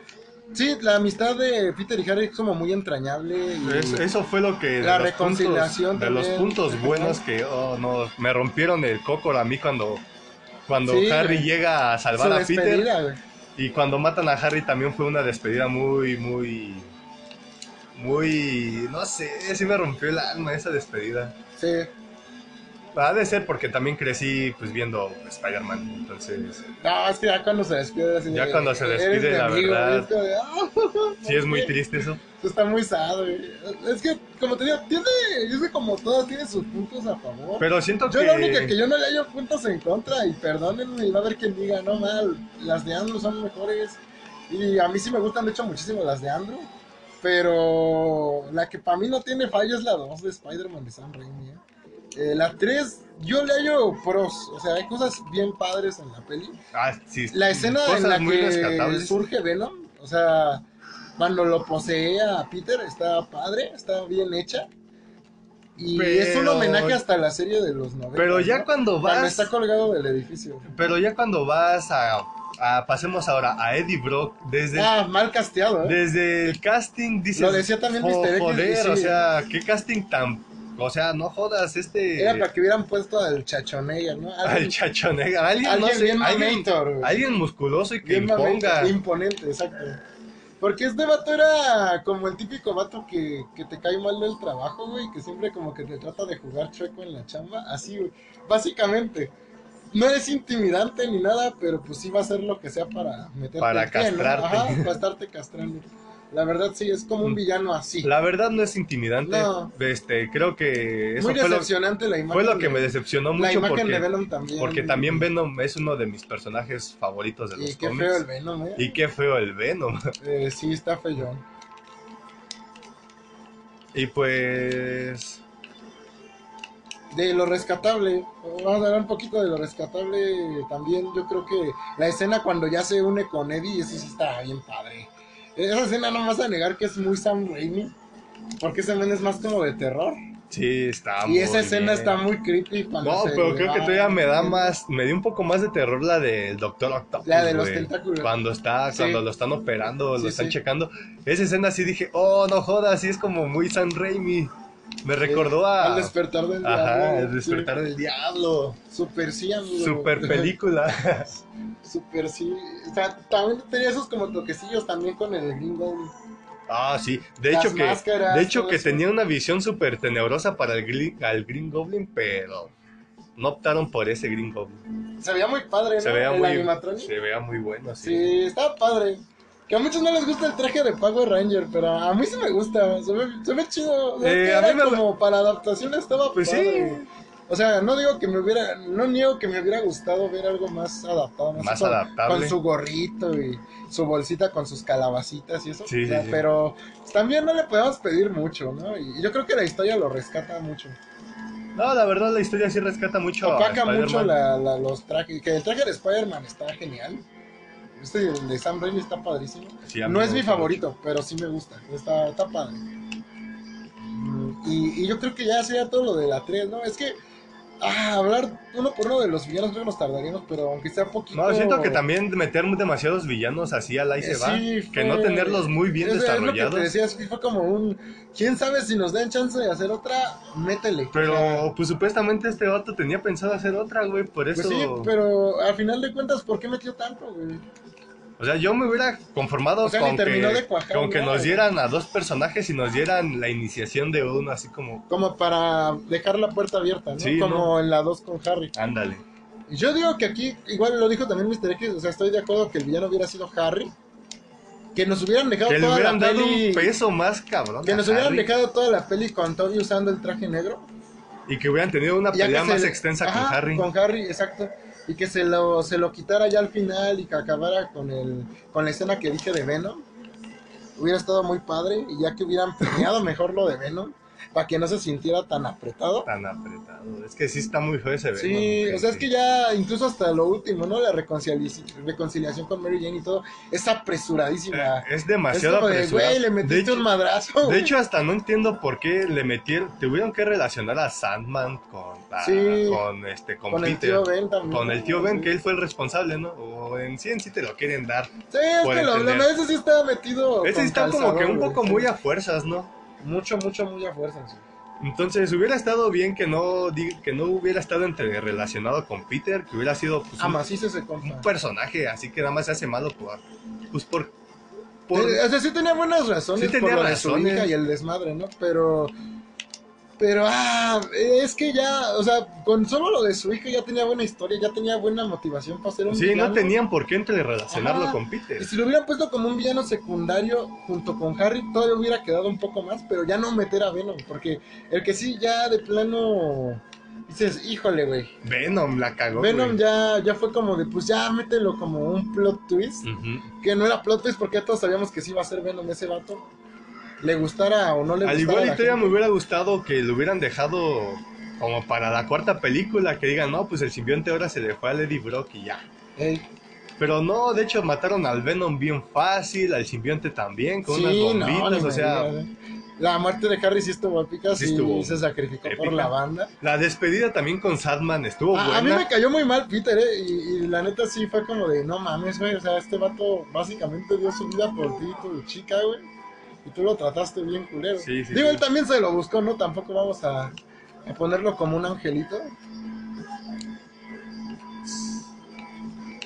sí, la amistad de Peter y Harry es como muy entrañable. Y, Es- eso fue lo que de Mm. La los reconciliación puntos, de los también. puntos buenos que oh no me rompieron el cócor a mí cuando cuando Sí, Harry güey. llega a su salvar a Peter despedida, güey. y cuando matan a Harry también fue una despedida muy muy muy no sé sí me rompió el alma esa despedida Sí. ha de ser porque también crecí pues viendo Spider-Man entonces No, es que ya cuando se despide. así Ya de, cuando se "Eres despide, mi la verdad. y es como de, "Ah". sí es muy triste eso Está muy sad, güey. Es que, como te digo, tiene. Yo sé como todas tiene sus puntos a favor. pero siento yo que la única que yo no le hallo puntos en contra. Y perdónenme, y va a haber quien diga, no mal, las de Andrew son mejores. Y a mí sí me gustan, de hecho, muchísimo las de Andrew. Pero la que para mí no tiene fallo es la 2 de Spider-Man de Sam Raimi. ¿eh? Eh, la 3, yo le hallo pros. O sea, hay cosas bien padres en la peli. ah, sí, La escena cosas en la muy que rescatables surge Venom, o sea, cuando lo posee a Peter, está padre, está bien hecha. Y Pero- es un homenaje hasta la serie de los 90. pero ya ¿no? cuando Cuando vas está colgado del edificio. Pero ya cuando vas a, a- pasemos ahora a Eddie Brock, desde, Ah, mal casteado, ¿eh? desde el casting dices, Lo decía también "Jo- Mr. X, joder, sí. o sea, qué casting tan, o sea, no jodas este Era para que hubieran pusto al chachonella, ¿no? al Alguien, chachonega, alguien, alguien no sé, bien alguien, mamator, güey. alguien musculoso y que Bien imponga. mamento, imponente, exacto. Porque este vato era como el típico vato que, que te cae mal del trabajo, güey, que siempre como que te trata de jugar chueco en la chamba, así, güey. Básicamente, no es intimidante ni nada, pero pues sí va a hacer lo que sea para meterte Para el pie, ¿no? castrarte. Mm. Ajá, para estarte castrando. La verdad sí, es como un villano así. La verdad no es intimidante, No. este, creo que eso Muy fue lo, decepcionante la imagen. fue lo que de- me decepcionó La mucho imagen de porque, Venom también. porque también Venom es uno de mis personajes favoritos de Y los qué feo el cómics. Venom, ¿eh? Y qué feo el Venom. Eh, sí, está feyón. Y pues De lo rescatable, vamos a hablar un poquito de lo rescatable también. Yo creo que la escena cuando ya se une con Eddie, eso sí está bien padre. Esa escena no me vas a negar que es muy Sam Raimi, porque ese men es más como de terror. Sí, está y esa escena bien. está muy creepy. cuando No, se pero creo que va- todavía me da más, me dio un poco más de terror la del Doctor Octopus. La de los güey. tentáculos. Cuando está, Sí. cuando lo están operando, Sí, lo están sí. checando. Esa escena sí dije, oh, no jodas, sí es como muy San Raimi. Me Sí, recordó a... Al despertar del Ajá, diablo, el despertar del diablo. sí. Super sí, amigo. Super película. Super sí. O sea, también tenía esos como toquecillos también con el gringo. Ah, sí. De Las hecho que, máscaras, de hecho todo que eso. tenía una visión súper tenebrosa para el Green, al Green Goblin, pero no optaron por ese Green Goblin. Se veía muy padre, ¿no? Se veía el muy, animatronic. se veía muy bueno, sí. Sí, está padre. Que a muchos no les gusta el traje de Power Ranger, pero a mí sí me gusta. Se ve, se ve chido. O sea, Eh, que a era mí me- como para adaptación estaba Pues sí. padre. O sea, no digo que me hubiera, no niego que me hubiera gustado ver algo más adaptado, no sé, Más con, adaptable. con su gorrito y su bolsita con sus calabacitas y eso. Sí, o sea, sí, sí. Pero también no le podemos pedir mucho, ¿no? Y yo creo que la historia lo rescata mucho. No, la verdad la historia sí rescata mucho a Opaca mucho Spider-Man. la, la- los trajes. Que el traje de Spider-Man está genial. Este el de Sam Raimi está padrísimo. Sí, a mí No me es mi gusta favorito, pero sí me gusta. Está, está padre. Mm, Y, y yo creo que ya sería todo lo de la 3, ¿no? Es que ah, hablar uno por uno de los villanos creo que nos tardaríamos, pero aunque sea poquito. No, siento que también meter demasiados villanos así al ahí se Eh, va, sí, fue- que no tenerlos muy bien es, es lo que te desarrollados. decía, sí fue como un. Quién sabe si nos dan chance de hacer otra, métele. O sea, Pero pues supuestamente este vato tenía pensado hacer otra, güey, por eso... Pues sí, pero al final de cuentas, ¿por qué metió tanto, güey? O sea, yo me hubiera conformado O sea, ni con, terminó que, de eh. cuajar con que nada, nos güey. dieran a dos personajes y nos dieran la iniciación de uno, así como, Como para dejar la puerta abierta, ¿no? Sí, como ¿no? en la 2 con Harry. ándale. Y Yo digo que aquí, igual lo dijo también Mr. X, o sea, estoy de acuerdo que el villano hubiera sido Harry. Que nos hubieran dejado Que le toda hubieran la dado peli. un peso más cabrón. Que a nos hubieran Harry, dejado toda la peli con Toby usando el traje negro. Y que hubieran tenido una ya que pelea se más le- extensa con Ajá, Harry. Con Harry, exacto. Y que se lo, se lo quitara ya al final y que acabara con el con la escena que dije de Venom. Hubiera estado muy padre. Y ya que hubieran planeado mejor lo de Venom, para que no se sintiera tan apretado. Tan apretado. Es que sí está muy feo ese Sí, o sea, es que ya incluso hasta lo último, ¿no? La reconciliación, reconciliación con Mary Jane y todo es apresuradísima. Eh, Es es demasiado como de, apresurado. güey, le metiste hecho- un madrazo. De güey. hecho, hasta no entiendo por qué le metieron, tuvieron que relacionar a Sandman con, a- Sí. con este con, con el Peter. tío Ben también. Con el tío Ben, Sí. que él fue el responsable, ¿no? O en sí en sí te lo quieren dar. Sí, es que pueden lo, lo, tener. ese sí está metido. Ese con está como que un calzador, poco güey. muy a fuerzas, ¿no? Mucho, mucho, muy a fuerza. sí. Entonces hubiera estado bien que no di- que no hubiera estado entre relacionado con Peter, que hubiera sido pues, Ah, un, macizo ese un compa. personaje así que nada más se hace malo por pues por, por Eh, O sea, sí tenía buenas razones Sí tenía por lo de su razones. hija y el desmadre, ¿no? Pero. Pero, ah, es que ya, o sea, con solo lo de su hija ya tenía buena historia, ya tenía buena motivación para ser un sí, no villano. tenían por qué entre relacionarlo Ajá. con Y Peter. si lo hubieran puesto como un villano secundario junto con Harry, todavía hubiera quedado un poco más, pero ya no meter a Venom, porque el que sí ya de plano dices, híjole, güey. Venom la cagó. Venom güey. ya, ya fue como de, pues ya mételo como un plot twist, Ujú. que no era plot twist porque ya todos sabíamos que sí iba a ser Venom ese vato. Le gustara o no le Al gustara. a igual la y todavía me gente. hubiera gustado que lo hubieran dejado como para la cuarta película, que digan, no, pues el simbionte ahora se le fue a Lady Brock y ya. Ey, Pero no, de hecho mataron al Venom bien fácil, al simbionte también, con sí, unas no, bombitas, ni o sea, me digas, eh. La muerte de Harry sí estuvo épica, Sí sí, estuvo se sacrificó por épica. la banda. la despedida también con Sadman estuvo A- buena. A, mí me cayó muy mal Peter, ¿eh? Y, y la neta sí fue como de, no mames, güey. O sea, este vato básicamente dio su vida por ti, y tu chica, güey. Y tú lo trataste bien culero. Sí, sí, Digo, sí. él también se lo buscó, ¿no? Tampoco vamos a, a ponerlo como un angelito.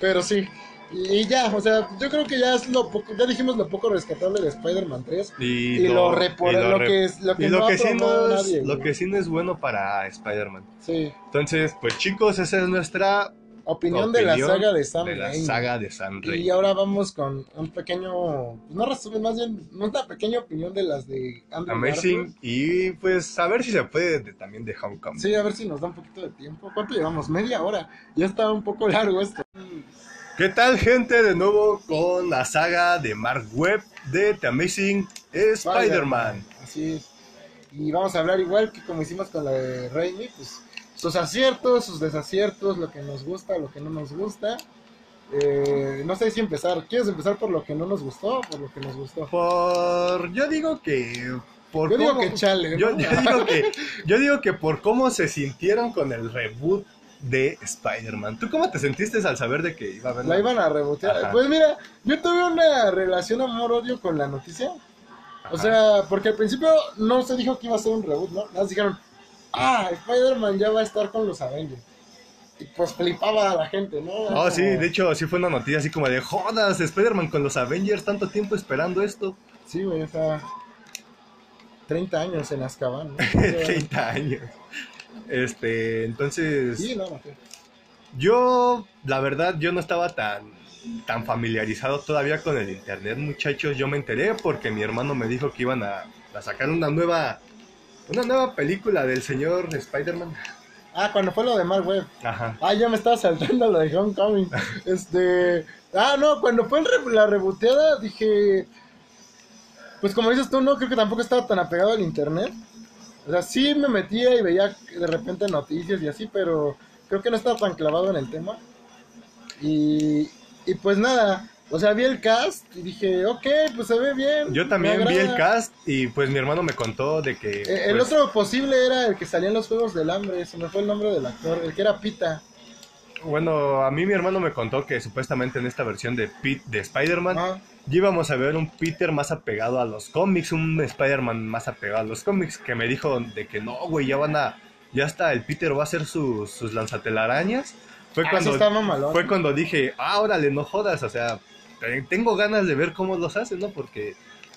Pero sí. Y, y ya, o sea, yo creo que ya es lo poco, ya dijimos lo poco rescatable de Spider-Man 3. Y, Y, lo, y repor- lo lo, re- que es, lo que y lo no ha que sí probado no es, nadie, lo güey. que sí no es bueno para Spider-Man. Sí. Entonces, pues chicos, esa es nuestra Opinión, de la opinión saga de Sam de la Raimi. saga de San Rey. Y ahora vamos con un pequeño, pues, no resumen, más bien una pequeña opinión de las de Andrew Amazing Garfield. y pues a ver si se puede de- también de Hong Kong. Sí, a ver si nos da un poquito de tiempo. ¿Cuánto llevamos? Media hora. Ya está un poco largo esto. ¿Qué tal gente? De nuevo con la saga de Mark Webb de The Amazing Spider-Man. Así es. Y vamos a hablar igual que como hicimos con la de Raimi, pues sus aciertos, sus desaciertos, lo que nos gusta, lo que no nos gusta. Eh, no sé si empezar. ¿Quieres empezar por lo que no nos gustó o por lo que nos gustó? Por yo digo que por Yo digo cómo- que chale. ¿no? yo, yo digo que yo digo que por cómo se sintieron con el reboot de Spider-Man. ¿Tú cómo te sentiste al saber de que iba a haber La iban a rebotear. Ajá. Pues mira, yo tuve una relación amor-odio con la noticia. Ajá. O sea, porque al principio no se dijo que iba a ser un reboot, ¿no? Nada más dijeron, ah, Spider-Man ya va a estar con los Avengers. Y pues flipaba a la gente, ¿no? Era Oh, como- sí, de hecho, sí fue una noticia así como de jodas, Spider-Man con los Avengers, tanto tiempo esperando esto. Sí, güey, o sea, 30 años en Azkaban, ¿no? 30 años. Este, entonces, sí, no, Mateo. yo, la verdad, yo no estaba tan, tan familiarizado todavía con el internet, muchachos. Yo me enteré porque mi hermano me dijo que iban a, a sacar una nueva, una nueva película del señor Spider-Man. Ah, cuando fue lo de Mark Webb. Ajá. Ah, ya me estaba saltando lo de Homecoming. Este. Ah, no, cuando fue el re- la reboteada dije. Pues como dices tú, no, creo que tampoco estaba tan apegado al internet. O sea, sí me metía y veía de repente noticias y así, pero creo que no estaba tan clavado en el tema. Y, y pues nada, o sea, vi el cast y dije, ok, pues se ve bien. Yo me también vi el agrada". cast y pues mi hermano me contó de que... Eh, el pues, otro posible era el que salía en los Juegos del Hambre, se me fue el nombre del actor, el que era Pita. Bueno, a mí mi hermano me contó que supuestamente en esta versión de, Pit, de Spider-Man Ah, ya íbamos a ver un Peter más apegado a los cómics, un Spider-Man más apegado a los cómics, que me dijo de que no, güey, ya van a... Ya hasta el Peter va a hacer sus, sus lanzatelarañas. Fue ah, cuando sí está mamalón. fue cuando dije, ah, órale, no jodas, o sea, te- tengo ganas de ver cómo los hacen, ¿no? Porque,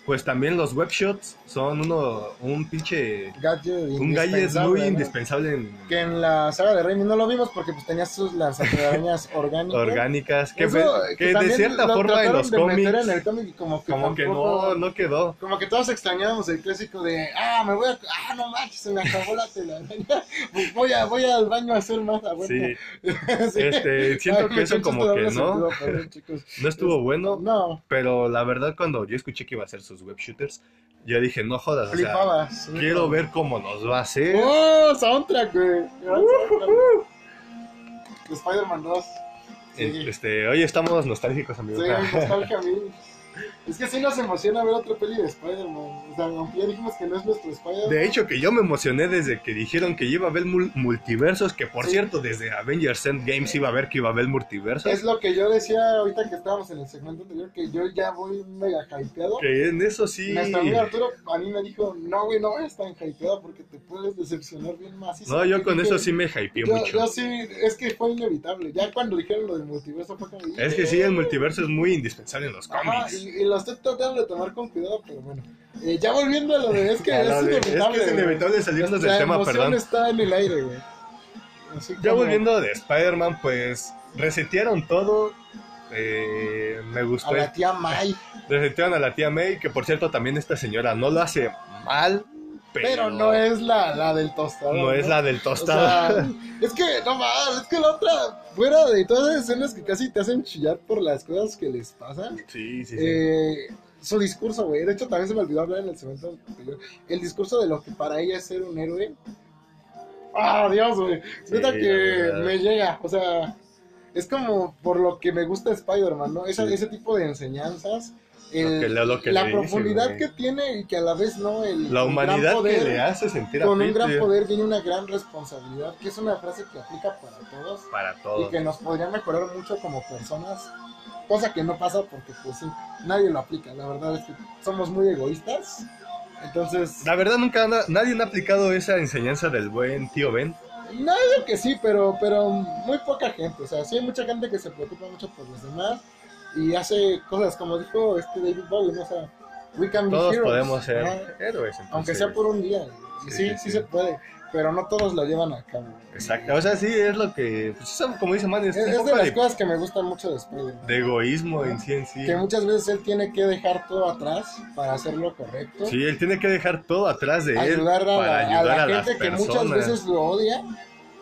pues también los webshots son uno, un pinche, Gadget un gadget muy ¿no? indispensable en Que en la saga de Raimi no lo vimos porque pues tenía sus lanzatelarañas orgánicas. orgánicas, que, Eso, ve- que de también cierta lo forma en trataron los de meter cómics, en el cómic y como que, como que tampoco- no, no quedó. Como que todos extrañábamos el clásico de, ah, me voy a, ah, no manches, se me acabó la telaraña, voy, a, voy al baño a hacer más abuela. Sí, Sí. este, siento Ay, que eso muchachos, como todo que habla no, sentido, perdón, chicos. no estuvo bueno, No, pero la verdad cuando yo escuché que iba a hacer sus web shooters, yo dije, no jodas, o sea, flipabas. quiero ver cómo los va a hacer. ¡Oh, soundtrack, güey! Gran soundtrack. Uh-huh. Spider-Man 2. Sí. Este, hoy estamos nostálgicos, amigos. Sí, pues, nostalgia a mí. Es que sí nos emociona ver otra peli de Spider-Man. O sea, aunque ya dijimos que no es nuestro Spider-Man. De hecho, que yo me emocioné desde que dijeron que iba a haber mul- multiversos, que por Sí. cierto, desde Avengers Endgame se iba a ver que iba a haber multiversos. Es lo que yo decía ahorita que estábamos en el segmento anterior, que yo ya voy mega hypeado. Que en eso sí. Nuestro amigo Arturo a mí me dijo, no, güey, no vayas tan hypeado porque te puedes decepcionar bien más. Y No, yo dije, con eso sí me hypeé Yo, mucho. yo sí, es que fue inevitable. Ya cuando dijeron lo del multiverso fue como... Es que sí, el multiverso es muy indispensable en los Ajá, cómics. y, y lo estoy tratando de tomar con cuidado, pero bueno. Eh, ya volviendo a lo de, es que Ya es lo de- inevitable. es güey. inevitable salirnos del La tema, emoción perdón. está en el aire, güey. Así Ya como volviendo de Spider-Man, pues resetearon todo. Eh, me A gustó el la tía May. Resetearon a la tía May, que por cierto también esta señora no lo hace mal, pero, Pero, no es la, la del tostado. no es la del tostado. es que, no más, es que la otra, fuera de todas esas escenas que casi te hacen chillar por las cosas que les pasan, sí, sí, sí. eh, su discurso, güey. De hecho, también se me olvidó hablar en el segmento anterior. El discurso de lo que para ella es ser un héroe. ¡Ah, Dios, güey! Sí, Neta la que verdad. me llega. O sea, es como por lo que me gusta Spider-Man, ¿no? Esa- Sí. Ese tipo de enseñanzas. el- que le- lo que la le dice, profundidad güey. que tiene y que a la vez no. El, la el gran humanidad poder- que le hace sentir a Con un Peter gran poder viene una gran responsabilidad, que es una frase que aplica para todos para y todo. que nos podría mejorar mucho como personas, cosa que no pasa porque pues sí, nadie lo aplica, la verdad es que somos muy egoístas, entonces, La verdad nunca na- nadie ha aplicado esa enseñanza del buen tío Ben. nadie que sí, pero, pero muy poca gente, o sea, sí hay mucha gente que se preocupa mucho por los demás y hace cosas como dijo este David Bowie, ¿no? o sea, we can be Todos heroes, podemos ser ajá, héroes. entonces. aunque sea por un día, Sí, y sí, sí, sí, sí. se puede, pero no todos lo llevan a cabo. Exacto. O sea, sí, es lo que... pues, eso, como dice Man, es, Es, un es poco de las de, cosas que me gustan mucho de Spider-Man. de egoísmo en sí en sí. que muchas veces él tiene que dejar todo atrás para hacer lo correcto. Sí, él tiene que dejar todo atrás de él ayudar a, para la- a ayudar la a las gente que personas. muchas veces lo odia,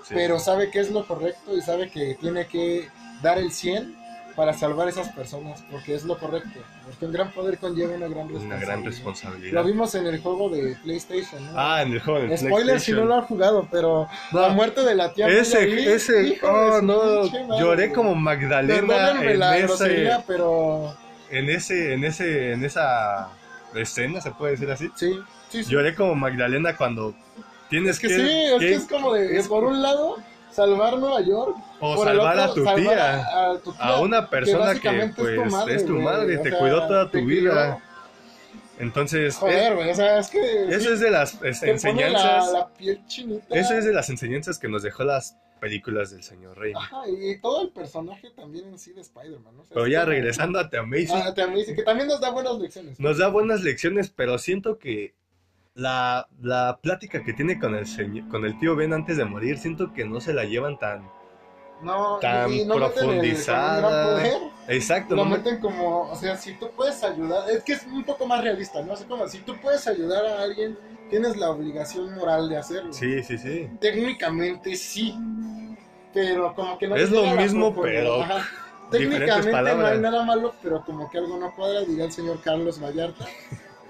Sí. pero sabe que es lo correcto y sabe que tiene que dar el 100 para salvar esas personas, porque es lo correcto. Porque un gran poder conlleva una gran una responsabilidad. gran Lo responsabilidad. vimos en el juego de PlayStation. ¿no? Ah, en el juego del Spoiler si no lo han jugado, pero No. la muerte de la tía May ahí, Ese, ese, hijo de oh su no, pinche madre, lloré güey. como Magdalena Perdónenme en la ese, grosería, pero en ese, en ese, en esa escena, se puede decir así. sí, sí, sí. Lloré como Magdalena cuando tienes Es que que, sí, es que- que es como de, es- por un lado, salvar Nueva York, o por el salvar otro, a tu salvar tía, a, a tu tía, a una persona que, básicamente es tu pues madre, es tu güey, madre, o te sea, cuidó toda te tu crió. vida. Entonces, Joder, güey, o sea, es que es- sí, eso es de las es- te pone la, enseñanzas, la piel chinita. eso es de las enseñanzas que nos dejó las películas del señor Rey. Ajá, y todo el personaje también en sí de Spider-Man, ¿no? O sea, Pero es ya como- regresando a The Amazing Ah, también dice que también nos da buenas lecciones. nos da buenas lecciones, pero siento que la, la plática que tiene con el, señor- con el tío Ben antes de morir, siento que no se la llevan tan, No, Tan y no meten el- profundizada. como un gran poder, Exacto, Lo no me- meten como, o sea, si tú puedes ayudar, es que es un poco más realista, ¿no? O sea, como si tú puedes ayudar a alguien, tienes la obligación moral de hacerlo. Sí, sí, sí. Técnicamente sí, pero como que no Es te llega lo la mismo, profundidad. pero Ajá. diferentes Técnicamente no palabras. hay nada malo, pero como que algo no cuadra, diría el señor Carlos Vallarta.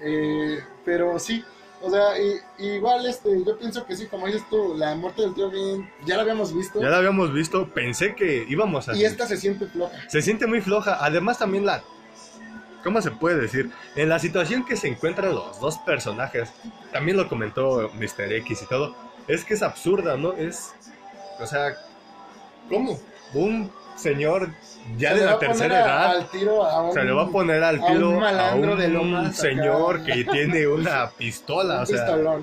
Eh, pero sí, o sea, y- igual este, yo pienso que sí, como dices tú, la muerte del tío Ben ya la habíamos visto Ya la habíamos visto, pensé que íbamos a... y esta se siente floja. Se siente muy floja. Además también la... ¿Cómo se puede decir? En la situación que se encuentran los dos personajes, también lo comentó Mr. X y todo, es que es absurda, ¿no? Es... O sea, ¿cómo? Un señor ya Se de le va la a poner tercera a- edad al tiro a un- se le va a poner al a un tiro a malandro de lo un más acá. señor que tiene una pistola, o un sea... pistolón.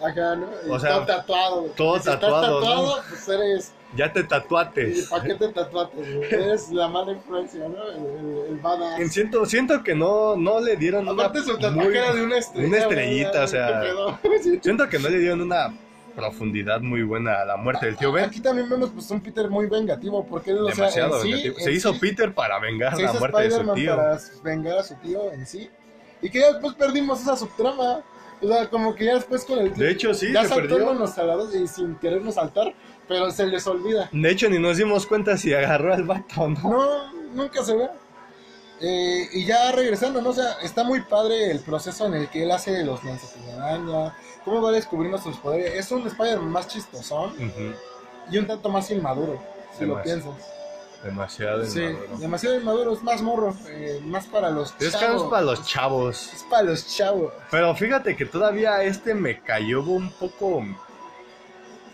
Ajá, ¿no? Y o sea, todo tatuado. todo Y si estás tatuado, tatuado, pues eres. Ya te ¿Y tatuates. para qué te tatuaste? güey? Eres la mala influencia, ¿no? El, el, el badass. En- Siento, siento que no, no le dieron una Aparte, su tatuaje muy- era de una estrella. una estrellita, ¿verdad? o sea, ¿Qué pedo? Sí. Siento que no le dieron una profundidad muy buena a la muerte del tío Ben. Aquí también vemos pues, un Peter muy vengativo. Porque él, o sea, Demasiado en sí, vengativo. en Se hizo sí, Peter para vengar se la hizo muerte de su Spider-Man tío. para vengar a su tío en sí. Y que ya después perdimos esa subtrama. O sea, como que ya después con el tío. De hecho, sí, ya se perdió. saltándonos a la dos y sin querernos saltar. Pero se les olvida. De hecho, ni nos dimos cuenta si agarró al vato o no. No, nunca se ve. Eh, y ya regresando, ¿no? O sea, está muy padre el proceso en el que él hace los lanzas de araña, cómo va descubriendo sus poderes. Es un Spider-Man más chistosón Ujú. y un tanto más inmaduro, si lo Demasiado. piensas. Demasiado. Sí, inmaduro. demasiado inmaduro, es más morro, eh, más para los Es chavos. que es para los chavos. Es para los chavos. Pero fíjate que todavía este me cayó un poco.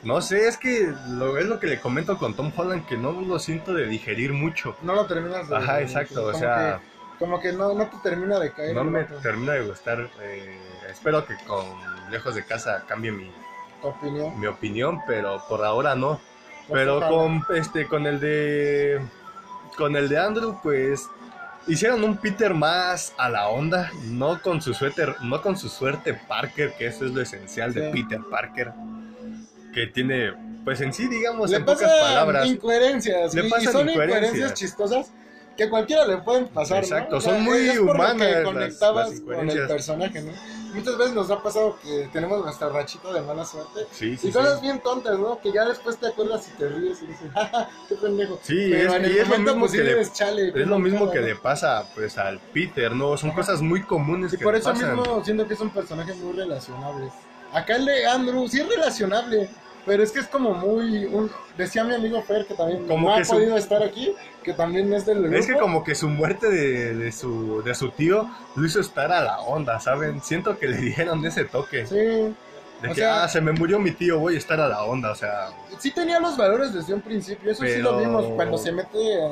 No sé, es que lo, es lo que le comento con Tom Holland, que no lo siento de digerir mucho. No lo terminas de... Ajá, exacto, o como sea, que- como que no, no te termina de caer. no el me vato. termina de gustar. eh, espero que con Lejos de Casa cambie mi, Tu opinión. mi opinión, pero por ahora no. Pues, Pero ojalá. con este, con el de, con el de Andrew, pues hicieron un Peter más a la onda, no con su suéter, no con su suerte Parker, que eso es lo esencial de Sí. Peter Parker, que tiene, pues en sí, digamos, le en pocas pasan palabras. incoherencias. Le y- y pasan son incoherencias. incoherencias chistosas que a cualquiera le pueden pasar. ¿no? Exacto, O sea, son muy es por lo que humanas las- conectabas las con el incoherencias. personaje, ¿no? Muchas veces nos ha pasado que tenemos nuestra rachita de mala suerte. Sí, Y sí, sí. cosas bien tontas, ¿no? Que ya después te acuerdas y te ríes y dices, ¡ah, qué pendejo! Sí, Pero es- en y el es lo momento, mismo pues, que sí le- dices, chale, qué Es lo mismo pendejada, que ¿no? le pasa, pues, al Peter, ¿no? Son cosas muy comunes Y que por le eso pasan. mismo siento que es un personaje muy relacionable. Acá el de Andrew sí es relacionable, pero es que es como muy... un- decía mi amigo Fer, que también Como no que ha su- podido estar aquí, que también es del grupo. Es que como que su muerte de, de su, de su tío lo hizo estar a la onda, ¿saben? Siento que le dieron ese toque. Sí, De o que, sea- ah, se me murió mi tío, voy a estar a la onda, o sea... sí tenía los valores desde un principio, eso sí lo Pero- vimos cuando se mete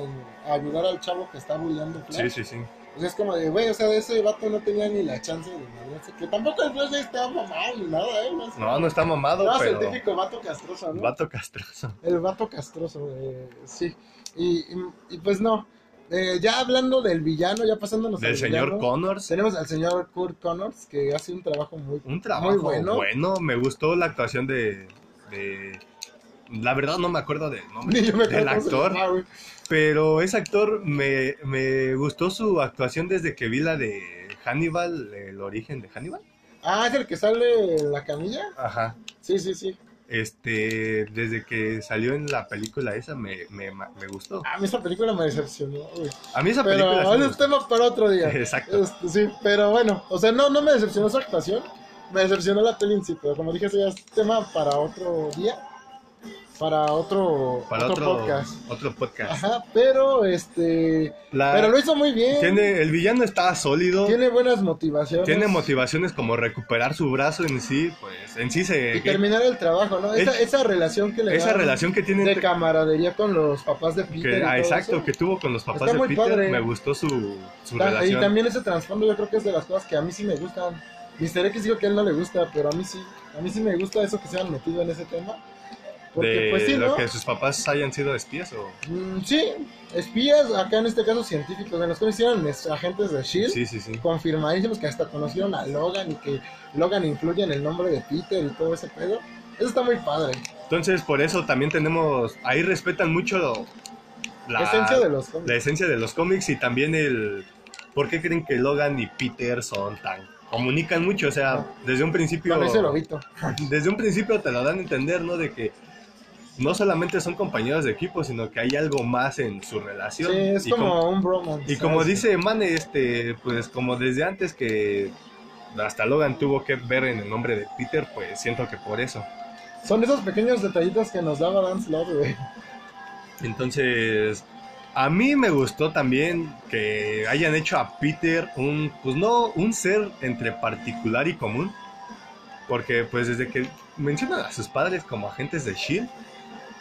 a, a ayudar al chavo que está bulleando Flash. Sí, sí, sí. O sea, es como de, güey, o sea, ese vato no tenía ni la chance de madrearse, que tampoco el Flash estaba mamado ni nada, ¿eh? No, sé. No, no está mamado, No, es el pero... típico vato castroso, ¿no? Vato castroso. El vato castroso, eh, sí. Y, y- y pues no. Eh, ya hablando del villano, ya pasándonos Del al señor villano, Connors. Tenemos al señor Kurt Connors, que hace un trabajo muy... Un trabajo Muy bueno. bueno. Me gustó la actuación de... de- La verdad no me acuerdo del nombre Ni yo me acuerdo del cómo se actor, llamaba, güey. pero ese actor me, me gustó su actuación desde que vi la de Hannibal, el origen de Hannibal. Ah, es el que sale en la camilla. Ajá. Sí, sí, sí. Este, desde que salió en la película esa me, me, me gustó. A mí esta película me decepcionó, güey. A mí esa Pero película sí ahora me es gustó. tema para otro día. Exacto. Este, sí, pero bueno, o sea, no, no me decepcionó su actuación, me decepcionó la peli en sí, pero como dije, eso ya es tema para otro día, para otro, Para otro, otro, podcast. otro podcast. Ajá, pero este, La- pero lo hizo muy bien. Ah, tiene, el villano está sólido. Tiene, Tiene buenas motivaciones. motivaciones como recuperar su brazo en sí, pues en sí se... Y terminar el trabajo, ¿no? Esa, esa relación que le esa dan relación que tiene... de entre- camaradería con los papás de que- Peter. y ah, todo exacto, eso. que tuvo con los papás Está de muy Peter. padre. Me gustó su, su Ta- Y relación. también ese trasfondo yo creo que es de las cosas que a mí sí me gustan. Mister X digo que a él no le gusta, pero a mí sí. A mí sí me gusta eso que se han metido en ese tema. Porque de pues sí, lo ¿no? que sus papás hayan sido espías o... Mm, sí, espías, acá en este caso científicos, en los que hicieron es- agentes de SHIELD. Sí, sí, sí. Confirmadísimos que hasta conocieron a Logan y que Logan influye en el nombre de Peter y todo ese pedo. Eso está muy padre. Entonces, por eso también tenemos, ahí respetan mucho lo- la, La esencia de los la cómics. esencia de los cómics y también el por qué creen que Logan y Peter son tan comunican mucho, o sea, Ajá. desde un principio Parece lobito. desde un principio te lo dan a entender, ¿no? De que no solamente son compañeros de equipo, sino que hay algo más en su Sí, relación. es Y como, un bromance. y como ¿sabes? dice Mane, este, pues como desde antes que hasta Logan tuvo que ver en el nombre de Peter, pues siento que por eso. Son esos pequeños detallitos que nos daba Dan Slott, güey. Entonces, a mí me gustó también que hayan hecho a Peter un, pues no, un ser entre particular y común. Porque pues desde que mencionan a sus padres como agentes de Shield,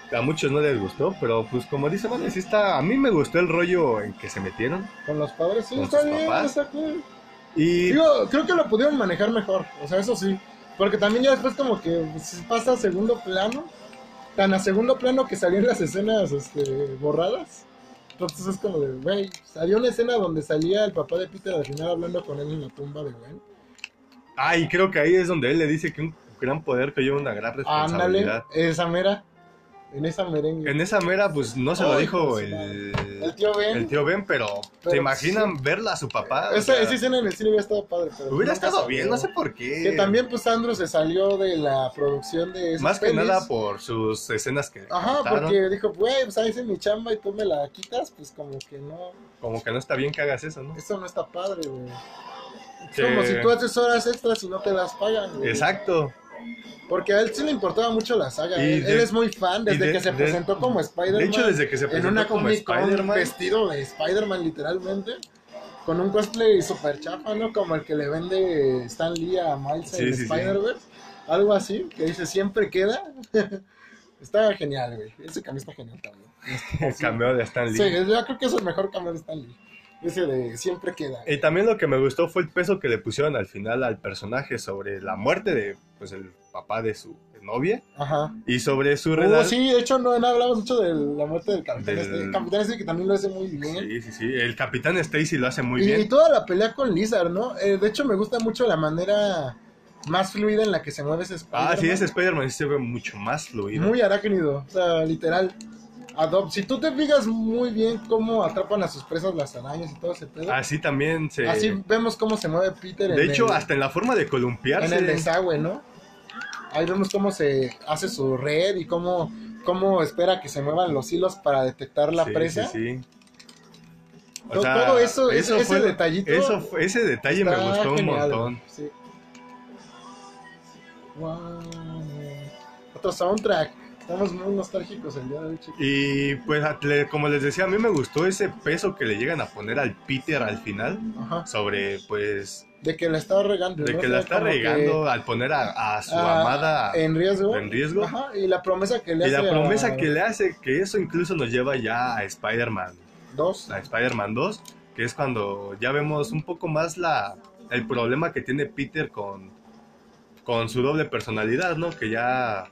E a muchos no les gustó, pero pues como dice Mane, sí está, a mí me gustó el rollo en que se metieron. Con los padres, sí, Con está sus bien, papás. está cool. Y Digo, creo que lo pudieron manejar mejor, o sea, eso sí. Porque también ya después como que pues, pasa a segundo plano, tan a segundo plano que salían las escenas este, borradas. Entonces es como de, güey, salió una escena donde salía el papá de Peter al final hablando con él en la tumba de Gwen. Ay, creo que ahí es donde él le dice que un gran poder conlleva una gran Ándale, responsabilidad. esa mera, en esa merengue. En esa mera, pues no se lo Ay, dijo pues, el, El tío Ben. el tío Ben, pero, Pero, ¿te imaginan verla a su papá? O esa, sea, esa escena en el cine hubiera estado padre. Pero hubiera nunca estado salió. bien, no sé por qué. Que también pues Andrew se salió de la producción de... esas Más que pelis. nada por sus escenas que Ajá, cortaron. porque dijo, güey, pues ahí hice mi chamba y tú me la quitas, pues como que no, Como que no está bien que hagas eso, ¿no? eso no está padre, güey. Es Que- Como si tú haces horas extras y no te las pagan, güey. Exacto. Porque a él sí le importaba mucho la saga, Y él, de- él es muy fan y desde de- que se de- presentó como Spider-Man. De hecho, desde que se en presentó una como Comic Con pues, Spider-Man, vestido de Spider-Man literalmente, con un cosplay super chafa, ¿no? Como el que le vende Stan Lee a Miles Sí, sí, en sí. Spider-Verse, algo así, que dice, siempre queda. está genial, güey. Ese cambio está genial también. el cameo de Stan Lee. Sí, yo creo que es el mejor cambio de Stanley. Ese de siempre queda. Y Eh, también lo que me gustó fue el peso que le pusieron al final al personaje sobre la muerte de, pues, el papá de su novia Ajá. y sobre su Uh, relación. sí, de hecho no, no hablamos mucho de la muerte del capitán Del- este. El capitán este que también lo hace muy bien. Sí, sí, sí. El capitán Stacy lo hace muy y, y bien. toda la pelea con Lizard, ¿no? Eh, de hecho me gusta mucho la manera más fluida en la que se mueve ese Spider-Man. Ah, sí, ese Spider-Man sí se ve mucho más fluido. Muy arácnido, o sea, literal. Adopt. Si tú te fijas muy bien cómo atrapan a sus presas las arañas y todo ese pedo. Así también se. Así vemos cómo se mueve Peter. Ah, de en hecho, Ah, el- hasta en la forma de en columpiarse. el desagüe, ¿no? Ahí vemos cómo se hace su red y cómo, cómo espera que se muevan los hilos para detectar la Sí, presa. sí, sí. O To- sea, todo eso, es- ese fue- detallito eso fue- ese detalle me está gustó un genial, montón. güey, sí. Wow. Otro soundtrack. Estamos muy nostálgicos el día de hoy, chicos. Y pues, a- le- como les decía, a mí me gustó ese peso que le llegan a poner al Peter al final. Ajá. Sobre, pues, De que la está regando. de ¿no? que O la sea, está como que regando al poner a, a su Ah, amada. En ah, riesgo. en riesgo. Ajá. Y la promesa que le Y hace. la promesa a- que le hace, que eso incluso nos lleva ya a Spider-Man, Dos. a Spider-Man 2, que es cuando ya vemos un poco más la, el problema que tiene Peter con, con su doble personalidad, ¿no? Que ya,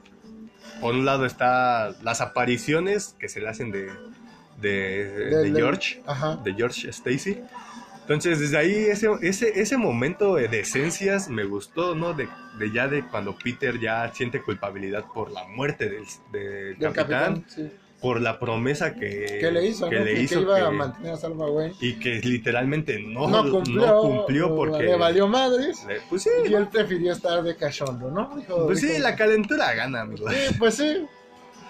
por un lado está las apariciones que se le hacen de, de, de Del- George, Ajá. de George Stacy. Entonces, desde ahí, ese, ese, ese momento de esencias me gustó, ¿no? De, de ya de cuando Peter ya siente culpabilidad por la muerte del, del Del capitán, capitán. sí. por la promesa que, que le hizo, que ¿no? le que, que hizo iba a que- mantener a salva, güey. y que literalmente no, No no cumplió, cumplió, o- porque... le valió madres. le- pues sí, Y él prefirió estar de cachondo, ¿no? Dijo- pues sí, dijo, la calentura gana, amigo. sí, pues sí.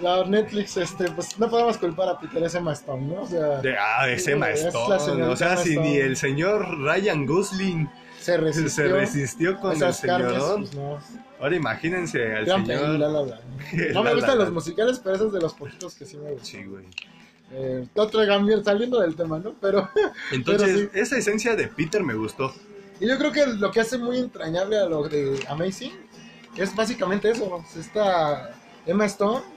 La Netflix, este, pues no podemos culpar a Peter S. Maston, ¿no? O sea, De, ah, ese Es la maestón. señorita O sea, si ni Maestón. el señor Ryan Gosling se resistió. se resistió con el Esas carnes, señorón, pues, no. ahora imagínense al Gran peli, la, señor... la, la. No La, me la, gustan la. los musicales, pero esos de los poquitos que sí me gustan. Sí, güey. Eh, otro cambio saliendo del tema, ¿no? Pero Entonces, Pero esa esencia de Peter me gustó. Y yo creo que lo que hace muy entrañable a lo de Amazing es básicamente eso. es Esta Emma Stone,